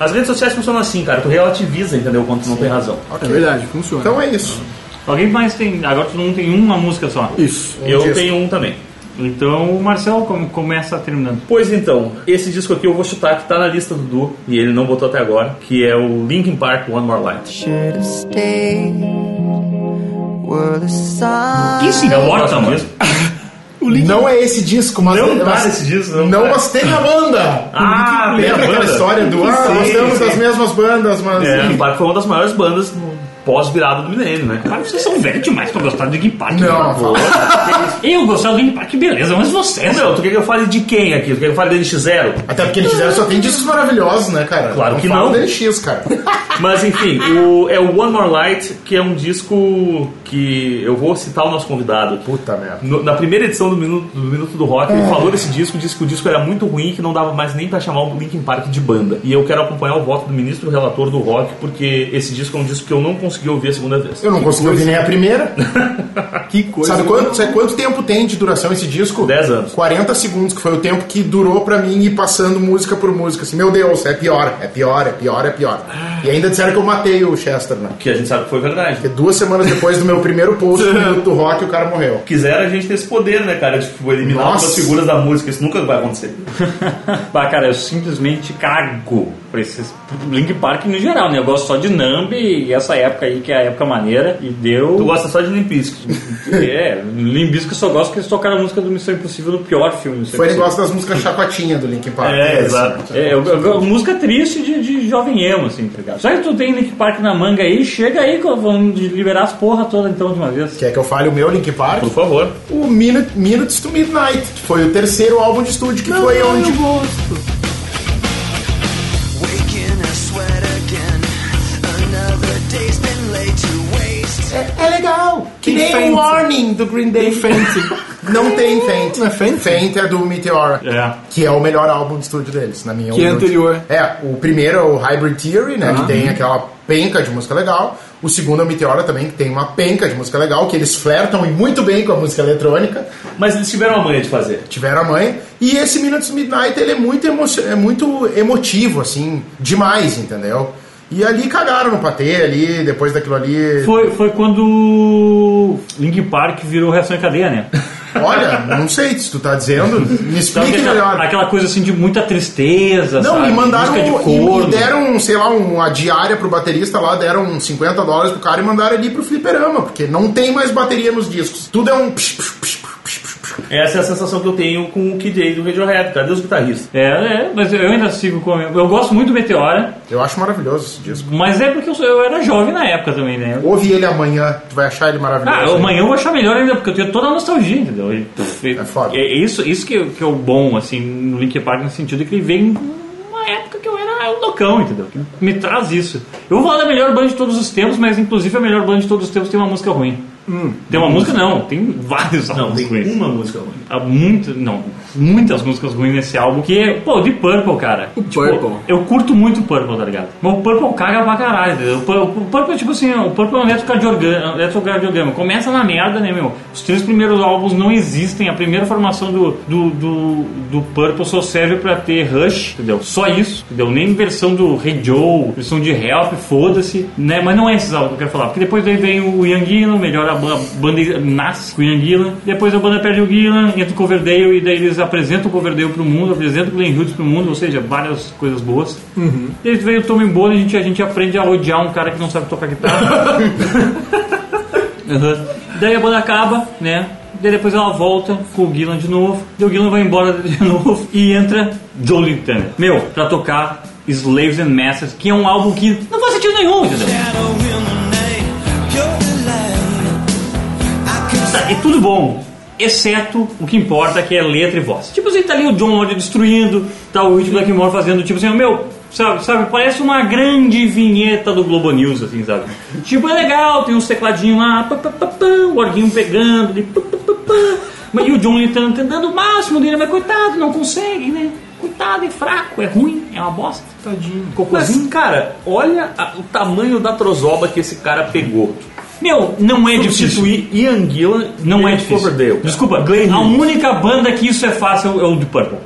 B: As redes sociais funcionam assim, cara, tu relativiza, entendeu? Quando tu não tem razão.
E: Ok.
C: É verdade, funciona.
E: Então é isso.
A: Alguém mais tem. Agora todo mundo tem uma música só.
C: Isso.
E: Um
B: eu
E: disco.
B: tenho um também.
A: Então o Marcel come- começa terminando.
B: Pois então, esse disco aqui eu vou chutar que tá na lista do Du e ele não botou até agora, que é o Linkin Park One More Light.
G: should have stayed were the signs.
A: Que se
B: É o
A: importa,
B: próximo
A: mano?
B: disco.
E: Não é esse disco, mas.
B: Não tá
E: mas-
B: nesse disco, não
E: Não,
B: tá.
E: mas tem a banda!
B: Ah, tem a
E: Lembra aquela
B: banda.
E: história do. Ah,
B: Sim,
E: nós temos
B: sim.
E: as mesmas bandas, mas.
B: É, Linkin Park foi uma das maiores bandas pós-virada do milênio, né?
A: Cara, vocês são velhos demais pra gostar do Linkin Park.
E: Não,
A: mano. Eu gostava do Linkin Park, beleza, mas né? vocês...
B: Meu, tu quer que eu fale de quem aqui? Tu quer que eu fale do NX0?
E: Até porque eles fizeram só tem discos maravilhosos, né, cara?
B: Claro que
E: fala
B: não.
E: do NX, cara.
B: Mas enfim, o, é o One More Light, que é um disco que eu vou citar o nosso convidado.
E: Puta merda.
B: No- na primeira edição do Minuto do, Minuto do Rock, ele falou desse disco, disse que o disco era muito ruim e que não dava mais nem pra chamar o Linkin Park de banda. E eu quero acompanhar o voto do ministro relator do rock, porque esse disco é um disco que eu não consegui ouvir a segunda vez.
E: Eu não consegui ouvir nem a primeira.
C: Que coisa.
E: Sabe
B: né?
E: quanto, sabe quanto tempo tem de duração esse disco?
B: 10 anos.
E: 40 segundos, que foi o tempo que durou pra mim ir passando música por música. Assim, meu Deus, é pior, é pior, é pior, é pior. E ainda disseram que eu matei o Chester, né?
B: Que a gente sabe que foi verdade.
E: Porque duas semanas depois do meu primeiro post no Minuto do Rock, o cara morreu.
B: Quiseram a gente ter esse poder, né, cara? De tipo, eliminar
E: Nossa.
B: as figuras da música. Isso nunca vai acontecer.
A: Bah, cara, eu simplesmente cago pra esses pro Linkin Park no geral, né? Eu gosto só de Numb e essa época aí, que é a época maneira, e deu...
B: Tu gosta só de Limpisco.
A: É, Limbisco eu só gosto porque eles tocaram a música do Missão Impossível do pior filme. Missão
E: Foi
A: Impossível.
E: negócio das músicas chacotinha do Linkin Park.
B: É,
E: Assim,
B: exato.
A: É, eu- eu- eu- música triste de, de jovem emo, assim, tá ligado? Só que tu tem Linkin Park na manga aí, chega aí, co- vamos de- liberar as porra toda então de uma vez.
E: Quer que eu fale o meu Linkin Park?
B: Por favor.
E: O Minute, Minutes to Midnight, que foi o terceiro álbum de estúdio que foi onde
G: Waking a sweat again. Another day's been laid to waste.
E: É legal. Que
C: Tem
E: nem
C: Faint.
E: o Warning do Green Day. Não tem Faint.
C: Não é Faint?
E: Faint é do Meteora.
A: É.
E: Que é o melhor álbum de estúdio deles, na minha
C: Que é
E: humilde-
C: anterior. Ah.
E: É, o primeiro é o Hybrid Theory, né? Que tem aquela penca de música legal. O segundo é o Meteora também, que tem uma penca de música legal, que eles flertam e muito bem com a música eletrônica.
B: Mas eles tiveram a manha de fazer.
E: Tiveram a mãe. E esse Minutes to Midnight, ele é muito, emo é muito emotivo, assim, demais, entendeu? E ali cagaram no patê, ali, depois daquilo ali.
A: Foi, foi quando o Linkin Park virou reação em cadeia, né?
E: Olha, não sei se tu tá dizendo.
C: Então,
E: Me
A: Sabe
E: explique
A: aquela-
E: melhor.
A: Aquela coisa assim de muita tristeza,
E: Não,
A: sabe?
E: e mandaram.
A: Música de
E: e-
A: corno.
E: E deram, sei lá, uma diária pro baterista lá, deram uns 50 dólares pro cara e mandaram ele ir pro fliperama, porque não tem mais bateria nos discos. Tudo é um. psh, psh, psh, psh, psh, psh, psh.
B: Essa é a sensação que eu tenho com o Kid A do Radiohead. Cadê os guitarristas?
A: É, é, mas eu ainda sigo com. Eu gosto muito do Meteora,
E: Eu acho maravilhoso esse disco.
A: mas é porque eu, sou- eu era jovem na época também, né?
E: Ouve ele amanhã, tu vai achar ele maravilhoso.
A: Ah, amanhã eu vou achar melhor ainda, porque eu tenho toda a nostalgia, entendeu? E-
E: É foda.
A: É isso, isso que, que é o bom, assim, no Link Park, no sentido que ele vem uma época que eu era loucão, entendeu? Que me traz isso. Eu vou falar da melhor banda de todos os tempos, mas inclusive a melhor banda de todos os tempos tem uma música ruim. tem uma música não, tem vários álbuns ruins.
B: uma música ruim.
A: Há muito, não, muitas músicas ruins nesse álbum, que é, pô, de Purple, cara. Tipo,
C: O Purple.
A: Eu curto muito o Purple, tá ligado? Mas o Purple caga pra caralho, entendeu? O Pur- O Purple, tipo assim, o Purple é um eletrocardiograma, eletrocardiograma. Começa na merda, né, meu? Os três primeiros álbuns não existem. A primeira formação do, do, do, do Purple só serve pra ter Rush, entendeu? Só isso, entendeu? Nem versão do Hey Joe, versão de Help, foda-se, né? Mas não é esses álbuns que eu quero falar. Porque depois daí vem o Ian Gillan, melhora a ba- banda, nasce com o Ian Gillan. Depois a banda perde o Gillan, entra o Coverdale e daí eles apresentam o Coverdale pro mundo, apresentam o Glenn Hughes pro mundo, ou seja, várias coisas boas. E aí veio o Tommy Bono e a gente, a gente aprende a odiar um cara que não sabe tocar guitarra. Uhum. Daí a banda acaba, né? Daí depois ela volta com o Gillan de novo. Daí o Gillan vai embora de novo e entra Joe Turner. Meu, pra tocar Slaves and Masters, que é um álbum que não faz sentido nenhum, entendeu? Tá, é tudo bom. Exceto o que importa, que é letra e voz. Tipo assim, tá ali o John Lord destruindo, tá o Whit Blackmore fazendo, tipo assim, meu, Sabe, sabe, parece uma grande vinheta do Globo News, assim, sabe? Tipo, é legal, tem uns tecladinhos lá, pá, pá, pá, pá, o orguinho pegando, ali, pá, pá, pá, pá. Mas, e o John Lennon tentando o máximo dele, mas coitado, não consegue, né? Coitado, é fraco, é ruim, é uma bosta.
C: Tadinho.
B: Mas, cara, olha a- o tamanho da trozoba que esse cara pegou.
A: Meu, não é difícil.
B: Substituir Ian Gillan
A: Não
B: e
A: é difícil.
B: Coverdale.
A: Desculpa,
B: Glenn
A: a
B: Hughes.
A: única banda que isso é fácil é o de Purple.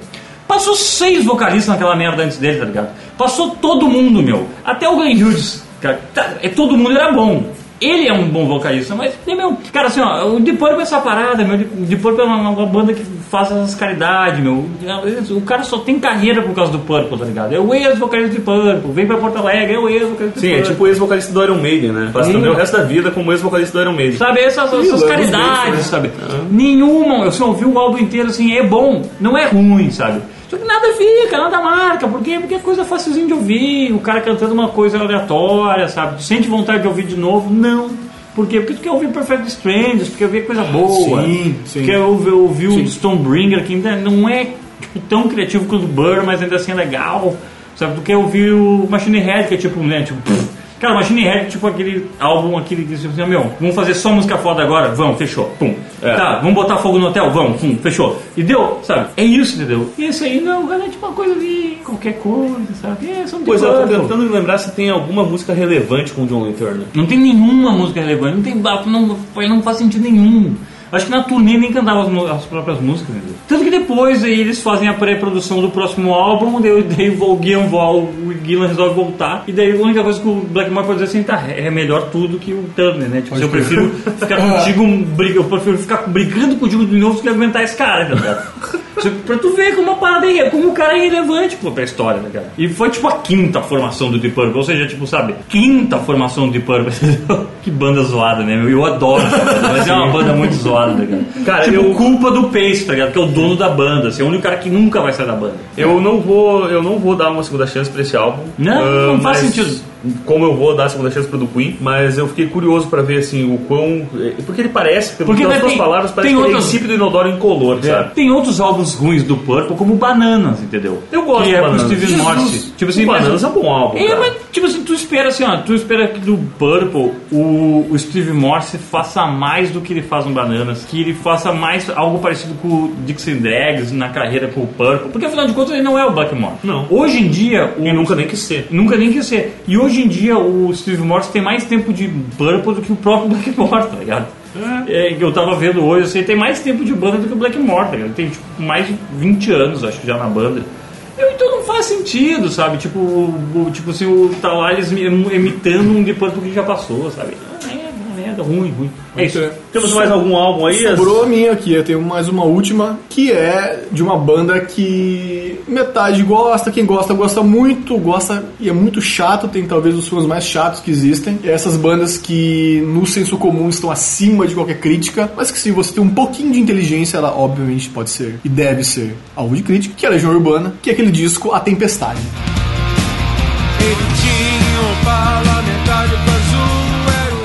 A: Passou seis vocalistas naquela merda antes dele, tá ligado? Passou todo mundo, meu. Até o Glenn Hughes. Cara, tá- é, todo mundo era bom. Ele é um bom vocalista, mas, né, meu, cara, assim, ó, o Deep Purple é essa parada, meu. O Deep Purple é uma, uma banda que faz essas caridades, meu. O cara só tem carreira por causa do Purple, tá ligado? É o ex-vocalista de Purple, vem pra Porto Alegre, é o ex-vocalista de
B: Sim, é
A: Purple.
B: tipo o ex-vocalista do Iron Maiden, né? Passa também o resto da vida como ex-vocalista do Iron Maiden.
A: Sabe, essas, essas
B: Lance
A: caridades,
B: Bass, né?
A: sabe? Nenhuma, eu só ouvi o álbum inteiro assim, é bom, não é ruim, sabe? Só que nada fica, nada marca, porque, porque é coisa facilzinha de ouvir, o cara cantando uma coisa aleatória, sabe? Tu sente vontade de ouvir de novo? Não. Por quê? Porque tu quer ouvir Perfect Strangers, tu quer ouvir coisa boa.
C: Sim, sim.
A: Tu quer ouvir, ouvir o Stonebringer, que ainda não é tipo, tão criativo quanto o Burr, mas ainda assim é legal. Sabe, tu quer ouvir o Machine Head, que é tipo, né, tipo... pff. Cara, Machine Head, tipo aquele álbum, aquele que tipo, assim, meu, vamos fazer só música foda agora? Vamos, fechou, pum.
B: É.
A: Tá, vamos botar fogo no hotel? Vamos, pum, fechou. E deu, sabe? É isso, entendeu? E esse aí, não, cara, é tipo uma coisa de qualquer coisa, sabe? É, só um
B: Pois é, eu tô
A: decoro.
B: tentando me lembrar se tem alguma música relevante com o John Lantern.
A: Não tem nenhuma música relevante, não tem bafo, não, não faz sentido nenhum. Acho que na turnê nem cantava as, mu- as próprias músicas. entendeu? Tanto que depois aí, eles fazem a pré-produção do próximo álbum, daí, daí o Guilherme o Guilherme resolve voltar, e daí a única coisa que o Blackmore pode dizer assim, tá, é melhor tudo que o Turner, né? Tipo, assim, eu prefiro ficar contigo, briga- eu prefiro ficar brigando contigo de novo do que aguentar esse cara, tá ligado? Você- Pra tu ver como uma parada aí, como o cara é irrelevante pô, pra história, né, cara? E foi tipo a quinta formação do Deep Purple, ou seja, tipo, sabe, quinta formação do Deep Purple. entendeu? que banda zoada, né? meu? Eu adoro, essa banda, mas é uma banda muito zoada, né, cara?
B: Cara,
A: tipo,
B: eu-
A: culpa do Pace, tá ligado? Que é o dono da banda, assim, é o único cara que nunca vai sair da banda.
B: Eu não vou, eu não vou dar uma segunda chance pra esse álbum.
A: Não,
B: Ah,
A: não faz
B: mas
A: sentido.
B: Como eu vou dar a segunda chance pro do Queen, mas eu fiquei curioso pra ver assim o quão, eh, porque ele parece, pelo
A: Porque
B: pelas
A: vai-
B: suas
A: tem-
B: palavras, parece
A: tem
B: que ele é
A: outras- É,
B: insípido, inodoro e incolor, sabe?
A: Tem outros álbuns ruins do Purple, como Bananas, entendeu?
B: Eu gosto
A: que
B: do
A: é com o
B: Bananas.
A: Steve
B: Jesus.
A: Morse. Tipo assim,
B: O Bananas é um bom álbum,
A: É,
B: cara.
A: mas tipo assim, tu espera assim, ó, tu espera que do Purple o, o Steve Morse faça mais do que ele faz no Bananas, que ele faça mais algo parecido com o Dixon Drags na carreira com o Purple, porque afinal de contas ele não é o Blackmore.
B: Não.
A: Hoje em dia, o
B: E nunca nem quis ser.
A: Nunca nem quis ser. E hoje em dia o Steve Morse tem mais tempo de Purple do que o próprio Blackmore, tá ligado? É, que eu tava vendo hoje, assim, ele tem mais tempo de banda do que o Blackmore, tá ligado? Ele Tem tipo, mais de 20 anos, acho que já na banda. Eu, então não faz sentido, sabe? Tipo, o, o- tipo assim, o tá lá eles im- imitando um de Purple que já passou, sabe? Ah, merda, merda, ruim, ruim. É
C: Muito
A: isso.
C: é.
B: Temos mais algum álbum aí?
C: Sobrou a minha aqui, eu tenho mais uma última, que é de uma banda que metade gosta, quem gosta, gosta muito, gosta e é muito chato, tem talvez os fãs mais chatos que existem. É essas bandas que no senso comum estão acima de qualquer crítica, mas que se você tem um pouquinho de inteligência, ela obviamente pode ser e deve ser alvo de crítica, que é a Legião Urbana, que é aquele disco A Tempestade.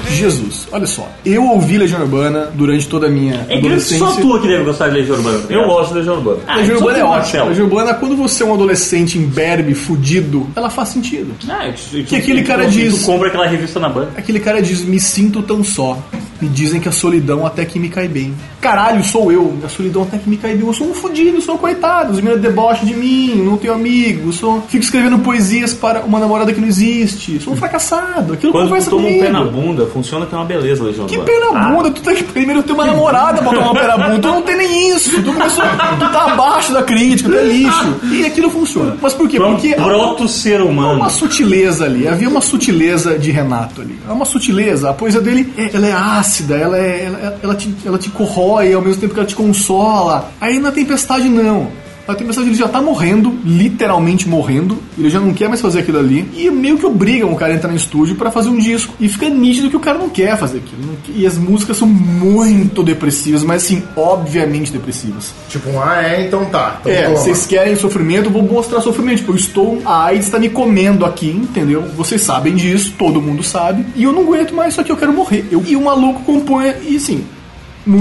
C: Jesus, olha só. Eu ouvi Legião Urbana durante toda a minha
A: É que
C: adolescência.
A: só tu que deve gostar de Legião Urbana. tá
B: Eu
A: ligado?
B: gosto da Legião Urbana.
A: Ah,
C: Legião
A: só
C: Urbana
A: tu,
C: é ótima.
A: Marcelo.
C: Legião Urbana, quando você é um adolescente imberbe, fudido, ela faz sentido.
A: Ah,
B: é,
A: isso-
B: tipo,
A: isso-
C: Que aquele cara
A: tu- tu
C: diz-
A: compra aquela revista na banda.
C: Aquele cara diz: Me sinto tão só. Me dizem que a solidão até que me cai bem. Caralho, sou eu. A solidão até que me cai bem. Eu sou um fudido, sou um coitado. Os meninos debocham de mim, não tenho amigos. Sou... Fico escrevendo poesias para uma namorada que não existe. Sou um fracassado. Aquilo
B: Quando
C: conversa
B: tu toma um
C: comigo.
B: pé na Ah. bunda, funciona que é uma beleza, Legião
C: Que
B: Urbana.
C: pé na bunda, tu tem que primeiro ter uma namorada pra tomar um pé na bunda. Tu não tem nem isso. Tu, começou, tu tá abaixo da crítica, tu é lixo. E aquilo funciona. Mas por quê? Porque.
A: Proto ser
C: Há
A: humano.
C: uma sutileza ali, havia uma sutileza de Renato ali. Há uma sutileza, a poesia dele é, ela é ácida, ela, é, ela, ela te, ela te corrói ao mesmo tempo que ela te consola. Aí na tempestade não. Na tempestade ele já tá morrendo, literalmente morrendo, ele já não quer mais fazer aquilo ali. E meio que obrigam o cara a entrar no estúdio pra fazer um disco. E fica nítido que o cara não quer fazer aquilo. não- E as músicas são muito depressivas, mas assim, obviamente depressivas.
E: Tipo, um, ah, é, então tá. Então
C: É,
E: toma.
C: vocês querem sofrimento, eu vou mostrar sofrimento. Tipo, eu estou. A AIDS está me comendo aqui, entendeu? Vocês sabem disso, todo mundo sabe. um E eu não aguento mais, só que eu quero morrer. Eu, e o maluco compõe. E assim,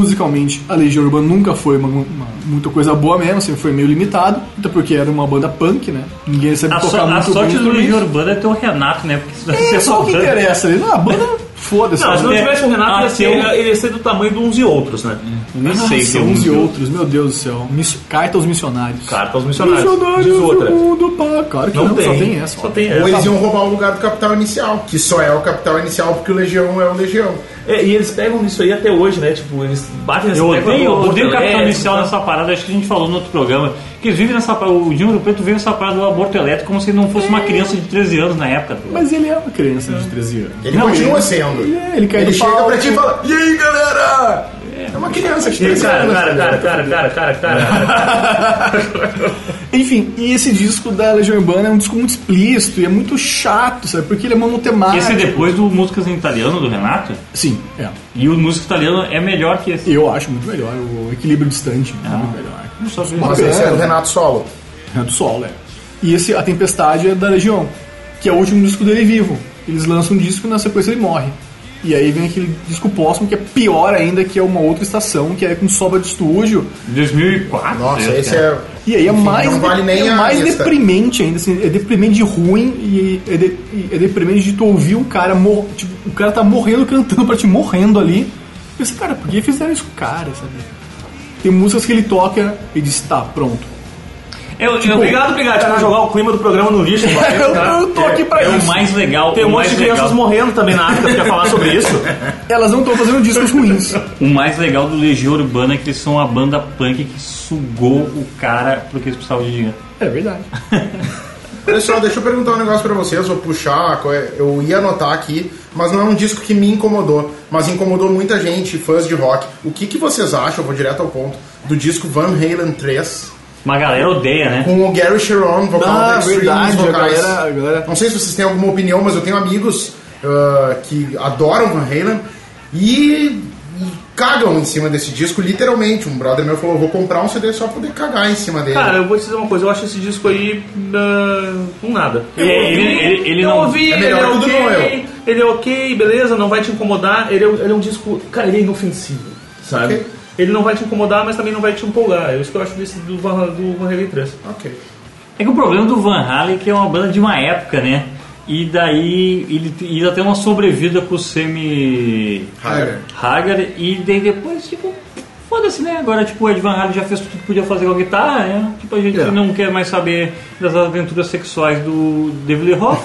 C: musicalmente, a Legião Urbana nunca foi uma, uma- muita coisa boa mesmo, sempre foi meio limitado, até porque era uma banda punk, né? Ninguém sabe
A: A,
C: tocar
A: so- a
C: muito
A: sorte
C: bem
A: do
C: tudo
A: Legião
C: isso.
A: Urbana é ter o Renato, né? Porque se você
C: É só o que
A: faltando-
C: interessa ali. Não, a banda, foda-se. É, ah,
B: Não, se não
A: até-
B: tivesse o Renato, ia ser,
A: até
B: ele ia ser do tamanho de uns e outros, né?
C: Nem sei.
A: se é
C: uns
A: uns
C: e
A: e
C: outros, meu Deus do céu. Miss- Carta aos missionários.
B: Carta aos um missionários. Diz
C: missionários
B: outra.
C: do mundo, pá. Claro que não,
B: Não tem.
C: só tem essa.
B: Só
C: ó.
B: tem
E: Ou
B: essa.
E: eles iam roubar o lugar do Capital Inicial, que só é o Capital Inicial porque o Legião é o Legião.
B: É, e eles pegam isso aí até hoje, né? Tipo, eles batem
A: Eu
B: pegam
A: odeio,
B: a
A: eu
B: outra,
A: odeio o Capitão
B: é,
A: Inicial
B: tá.
A: nessa parada, acho que a gente falou no outro programa, que eles vivem nessa parada, o Dinho Preto vive nessa parada do aborto elétrico como se ele não fosse uma criança de 13 anos na época. tá ligado?
C: Mas ele é uma criança de 13 anos.
E: Ele
A: Não,
E: continua
A: ele-
E: sendo.
C: ele é- ele cai
E: ele
C: do
E: chega
C: palco.
E: pra ti e fala: E aí, galera? É uma criança que tem
B: Cara,
E: anos.
B: cara, cara, cara, cara, cara, cara, cara.
C: Enfim, e esse disco da Legião Urbana é um disco muito explícito e é muito chato, sabe? Porque ele é monotemático.
A: Esse é depois do Músicas em Italiano, do Renato,
C: Sim, é.
A: e o Música Italiano é melhor que esse.
C: Eu acho muito melhor. O equilíbrio distante é
A: Ah.
C: muito melhor.
A: Eu só vi-
E: Mas esse é do Renato Solo.
C: É do Sol, é. E esse A Tempestade é da Legião, que é o último disco dele vivo. Eles lançam um disco e na sequência ele morre. E aí vem aquele disco póstumo que é pior ainda, que é uma outra estação, que é com sobra de estúdio.
A: 2004.
E: Nossa,
A: eu
E: esse
A: sei.
E: é.
C: E aí é
E: Enfim,
C: mais,
E: não
C: de-
E: vale nem
C: é
E: a
C: mais
E: lista.
C: deprimente ainda, assim, é deprimente de ruim e é, de- e é deprimente de tu ouvir um cara mor tipo, o cara tá morrendo cantando pra ti, morrendo ali. E Pensa, cara, por que fizeram isso com o cara, sabe? Tem músicas que ele toca e diz, tá, pronto.
A: Eu, eu,
B: Obrigado, Brigatti, por jogar o clima do programa no lixo. valeu,
C: eu,
B: cara.
C: eu tô aqui pra
A: é
C: isso.
A: o mais legal.
B: Tem um
A: o
B: monte
A: mais
B: de crianças
A: legal.
B: morrendo também na África, quer falar sobre isso?
C: Elas não estão fazendo discos ruins.
A: O mais legal do Legião Urbana é que eles são a banda punk que sugou o cara porque eles precisavam de dinheiro.
C: É verdade.
E: Pessoal, deixa eu perguntar um negócio pra vocês, vou puxar, qual é- eu ia anotar aqui, mas não é um disco que me incomodou, mas incomodou muita gente, fãs de rock. O que, que vocês acham, eu vou direto ao ponto, do disco Van Halen 3,
A: Uma galera odeia, né?
E: com o Gary Sharon, vocal
C: Ah,
E: da Extreme,
C: verdade,
E: nos vocais.
C: a galera- a galera-
E: Não sei se vocês têm alguma opinião, mas eu tenho amigos ah, que adoram Van Halen e, e cagam em cima desse disco, literalmente. Um brother meu falou, vou comprar um CD só pra poder cagar em cima dele.
B: Cara, eu vou te dizer uma coisa, eu acho esse disco aí ah, um nada.
A: Ele- ele- ele- ele
B: eu
A: não-
B: ouvi,
E: é
B: ele é
E: melhor que o do
B: ok,
E: Noel.
B: ele é ok, beleza, não vai te incomodar, ele é, um- ele é um disco, cara, ele é inofensivo, sabe?
E: Ok.
B: Ele não vai te incomodar, mas também não vai te empolgar. É isso que eu acho desse do Van, do Van Halen 3.
E: Ok.
A: É que o problema do Van Halen é que é uma banda de uma época, né? E daí ele, ele até uma sobrevida com o Semi
E: Hagar.
A: Hagar e daí depois, tipo, foda-se, né? Agora, tipo, o Ed Van Halen já fez tudo que podia fazer com a guitarra, né? Tipo, a gente
C: É.
A: não quer mais saber das aventuras sexuais do David Lee Roth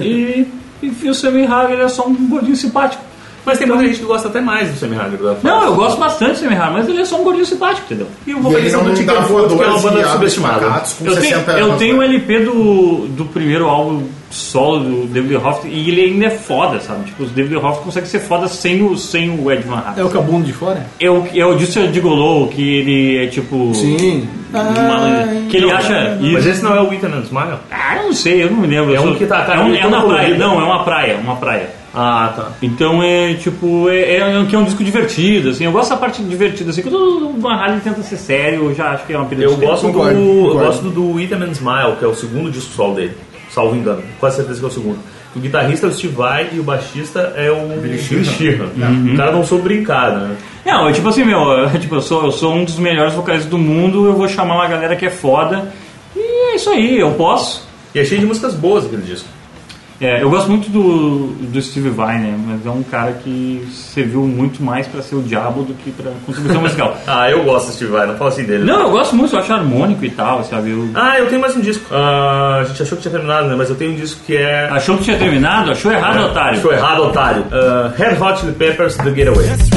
A: e, e o Semi Hagar é só um gordinho simpático.
B: Mas tem muita gente que gosta até mais do Sammy Hagar. da
A: Não,
B: fase.
A: eu gosto bastante do Sammy Hagar, mas ele é só um gordinho simpático, entendeu?
B: E o
E: E ele
B: vocalista
E: não
B: do
E: dá
B: Ticket Foot, que é uma
E: voadores e
B: banda
E: abre
B: subestimada.
E: macatos com
A: Eu
E: 60
A: tenho,
E: anos. né?
A: eu tenho o LP do, do primeiro álbum solo do David Lee Roth e ele ainda é foda, sabe? Tipo, o David Lee Roth consegue ser foda sem o, sem o Ed Van
C: É
A: Halen.
C: o cabundo de fora?
A: É o, é o Dissel de Golou, que ele é tipo. Uma, que ele acha.
B: Mas
A: Isso.
B: esse não é o Witten and Smile?
A: Ah, eu não sei, eu não me lembro.
B: É
A: eu
B: um
A: sou-
B: que tá- tá
A: é, um- é
B: todo
A: uma praia.
B: colorido.
A: Não, é uma praia, uma praia.
B: Ah, tá.
A: Então é tipo, é, é, um- que é um disco divertido, assim. Eu gosto da parte divertida, assim. Quando o Van Halen tenta ser sério, eu já acho que é uma perda de
B: Eu
A: tempo.
B: gosto,
C: Concordo,
B: do, eu
C: concordo.
B: gosto do do Rhythm and Smile, que é o segundo disco solo dele, salvo engano, quase certeza que é o segundo. O guitarrista é o Steve Vai e o baixista é o Billy Sheehan. Uhum. O cara não soube brincar, né?
A: Não, é tipo assim, meu, eu, tipo, eu, sou, eu sou um dos melhores vocalistas do mundo, eu vou chamar uma galera que é foda. E é isso aí, eu posso.
B: E é cheio de músicas boas aquele disco.
A: É, eu gosto muito do, do Steve Vai, né? Mas é um cara que serviu muito mais pra ser o diabo do que pra contribuição musical.
B: Ah, eu gosto do Steve Vai, não fala assim dele.
A: Não, eu gosto muito, eu acho harmônico e tal, sabe? Eu,
B: Ah, eu tenho mais um disco. Ah, a gente achou que tinha terminado, né? Mas eu tenho um disco que é.
A: achou que tinha terminado? Achou
C: É,
A: errado, otário.
B: Achou errado, otário. Ah, Red Hot Chili Peppers, The Getaway.
G: That's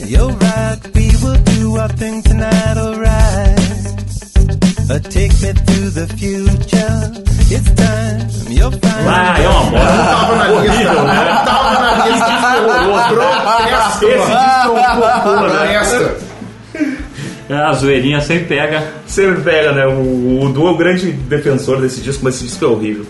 G: right, you're right. We will do our thing tonight, alright. Uh, take me to the future. It's time, you're fine.
A: Ah, é uma bosta.
E: Tava na lista,
B: né?
E: não tava na
B: é
E: lista. Protesto,
B: Esse disco é um cocô, né?
E: protesto.
A: É, A zoeirinha sempre pega.
B: Sempre pega, né? O, o Du é o grande defensor desse disco, mas esse disco é horrível.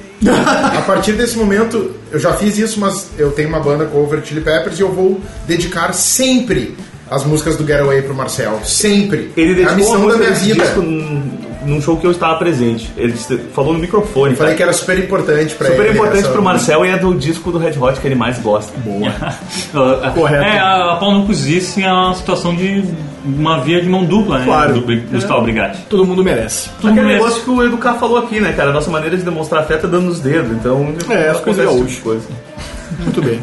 E: A partir desse momento, eu já fiz isso, mas eu tenho uma banda cover Chili Peppers e eu vou dedicar sempre as músicas do Getaway pro Marcel. Sempre.
B: Ele
E: é a
B: dedicou
E: missão
B: uma música
E: da minha
B: desse
E: vida.
B: disco hum, num show que eu estava presente. Ele disse- falou no microfone.
E: Falei
B: tá?
E: que era super importante pra ele.
B: Super importante
E: essa-
B: pro Marcel e é do disco do Red Hot que ele mais gosta. É Boa.
C: Correto.
A: É, a, a pau no cozice é uma situação de uma via de mão dupla, né?
C: Claro.
A: Do Bri- Gustavo Brigatti.
C: Todo mundo merece.
A: Tudo
B: Aquele
A: merece.
B: negócio que o Educar falou aqui, né, cara? A nossa maneira de demonstrar afeto é dando os dedos. Então,
C: É, as coisas
B: acontece
C: gaúcho.
B: esse tipo de coisa.
C: Muito bem.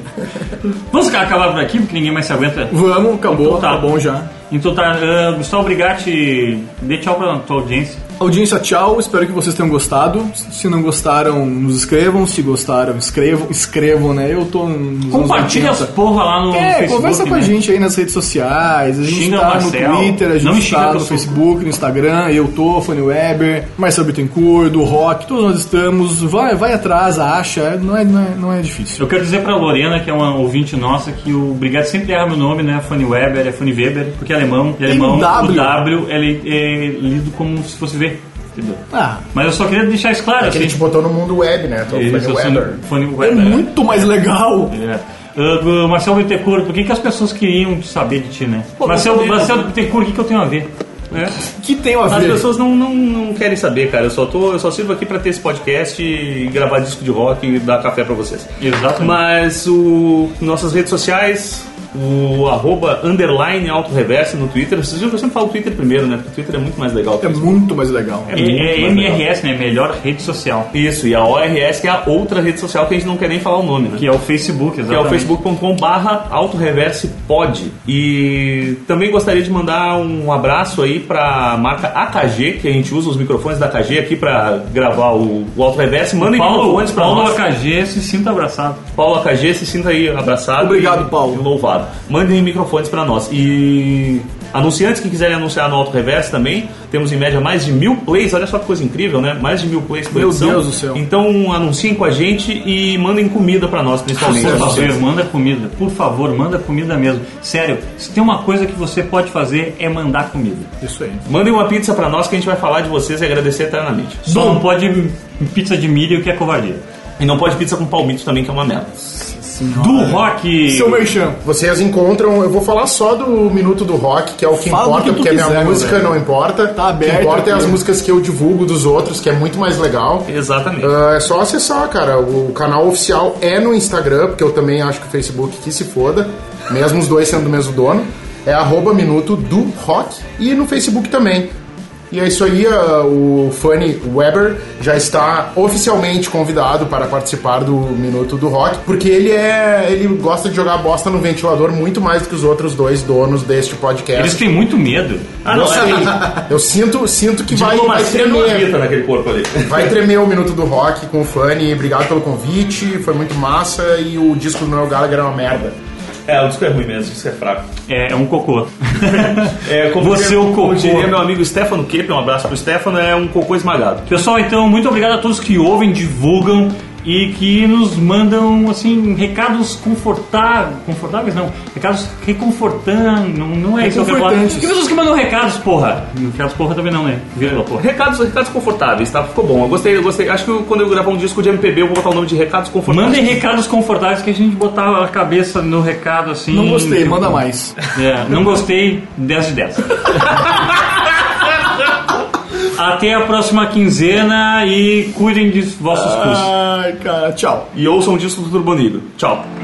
A: Vamos acabar por aqui, porque ninguém mais se aguenta.
C: Vamos, acabou,
A: Então tá.
C: tá bom já.
A: Então tá, ah, Gustavo Brigatti, dê tchau pra tua audiência.
C: Audiência, tchau. Espero que vocês tenham gostado. Se não gostaram, nos escrevam. Se gostaram, escrevam. Escrevam, né? Eu tô nos anos
A: Compartilha as
C: 80.
A: porra lá no
C: É,
A: Facebook.
C: conversa com a
A: né?
C: gente aí nas redes sociais. A gente
A: Xinga o
C: tá no
A: Marcel.
C: Twitter, a gente
A: Não me xinga
C: tá no
A: pelo soco.
C: Facebook, no Instagram. Eu tô, Fanny Weber, Marcel Bittencourt, do Rock, todos nós estamos. Vai, vai atrás, acha. Não é, não é, não é difícil.
A: Eu quero dizer pra Lorena, que é uma ouvinte nossa, que o Brigatti sempre erra meu nome, né? Fanny Weber, é Fanny Weber, porque é alemão. E alemão,
C: um W.
A: o W, ele é lido como se fosse V. Entendeu?
C: Ah,
A: Mas eu só queria deixar isso claro.
E: É
B: tipo,
E: que ele te
A: assim,
E: botou no mundo web, né? Tô
A: ele-
E: falando
A: assim,
E: Weber.
A: Fanny
C: é
A: Weber.
C: muito mais legal.
A: É. Uh, uh, Marcelo Bittencourt, por que, que as pessoas queriam saber de ti, né? Marcelo, Marcelo Bittencourt, o que, que eu tenho a ver? É.
C: Que tem a
B: As
C: ver.
B: pessoas não, não, não querem saber, cara. Eu só, tô, eu só sirvo aqui pra ter esse podcast e gravar disco de rock e dar café pra vocês.
A: Exatamente.
B: Mas o nossas redes sociais, o arroba underline autoreverso no Twitter. Vocês viram que eu sempre falo Twitter primeiro, né? Porque o Twitter é muito mais legal. que
C: É
B: o Facebook.
C: muito mais legal.
A: É,
B: muito
A: é
B: mais legal.
A: MRS, né? Melhor rede social.
B: Isso, e a ORS que é a outra rede social que a gente não quer nem falar o nome, né?
A: Que é o Facebook,
B: que é
A: exatamente.
B: o facebook.com barra pod e também gostaria de mandar um abraço aí pra marca AKG, que a gente usa os microfones da AKG aqui pra gravar o, o Auto Reverse, mandem
A: Paulo,
B: microfones pra
A: Paulo
B: nós
A: AKG se sinta abraçado.
B: Paulo AKG, se sinta aí abraçado
C: Obrigado,
B: e,
C: Paulo.
B: e louvado mandem microfones pra nós e anunciantes que quiserem anunciar no Auto Reverse também, temos em média mais de mil plays olha só que coisa incrível, né? Mais de mil plays por
C: Meu
B: edição,
C: Deus do céu.
B: então anunciem com a gente e mandem comida pra nós principalmente,
A: Por
B: Anunciantes.
A: favor, manda comida. Por favor, manda comida mesmo. Sério, se tem uma coisa que você pode fazer é mandar comida.
C: Isso aí.
B: Mandem uma pizza pra nós que a gente vai falar de vocês e agradecer eternamente.
A: Só não pode pizza de milho que é covardia.
B: E não pode pizza com palmito também, que é uma merda.
A: Do rock.
C: Seu merchan.
E: Vocês encontram, eu vou falar só do Minuto do Rock, que é o que
C: Fala do que
E: importa,
C: tu
E: porque a minha
C: quiser, meu
E: música
C: velho.
E: não importa.
C: Tá
E: o que
C: aberto
E: importa é
C: aqui.
E: as músicas que eu divulgo dos outros, que é muito mais legal.
B: Exatamente.
E: Ah, é só acessar, cara. O canal oficial é no Instagram, porque eu também acho que o Facebook que se foda, mesmo os dois sendo o mesmo dono. É arroba minuto do rock e no Facebook também. E é isso aí, ah, o Fanny Weber já está oficialmente convidado para participar do Minuto do Rock, porque ele é. ele gosta de jogar bosta no ventilador muito mais do que os outros dois donos deste podcast.
A: Eles têm muito medo.
B: Ah, não, é
E: Eu sinto, sinto que vai, vai
B: diplomacia não
E: tremer.
B: habita naquele corpo ali.
E: Vai tremer o Minuto do Rock com o Fanny. Obrigado pelo convite, foi muito massa. E o disco do Noel Gallagher é uma merda.
B: É, o disco é ruim mesmo, o disco é fraco.
A: É, é um cocô.
B: É, como
A: Você
B: diria,
A: é um cocô.
B: Como diria meu amigo Stefano Kepp, um abraço pro Stefano, é um cocô esmagado.
A: Pessoal, então, muito obrigado a todos que ouvem, divulgam e que nos mandam, assim, recados confortáveis. Confortáveis não, recados reconfortantes. Não, não é isso que eu quero falar.
C: Reconfortantes.
A: Que pessoas que mandam recados, porra. Recados, porra também não, né? Vírgula, porra.
B: Recados, recados confortáveis, tá? Ficou bom. Eu gostei, eu gostei. Acho que eu- quando eu gravar um disco de MPB, eu vou botar o nome de recados confortáveis.
A: Mandem recados confortáveis que a gente botar a cabeça no recado assim.
C: Não gostei, manda mais.
A: É, não gostei, 10 de 10. Até a próxima quinzena e cuidem de vossos custos.
C: Ai, cara, tchau.
B: E ouçam o disco do Turbonido. Tchau.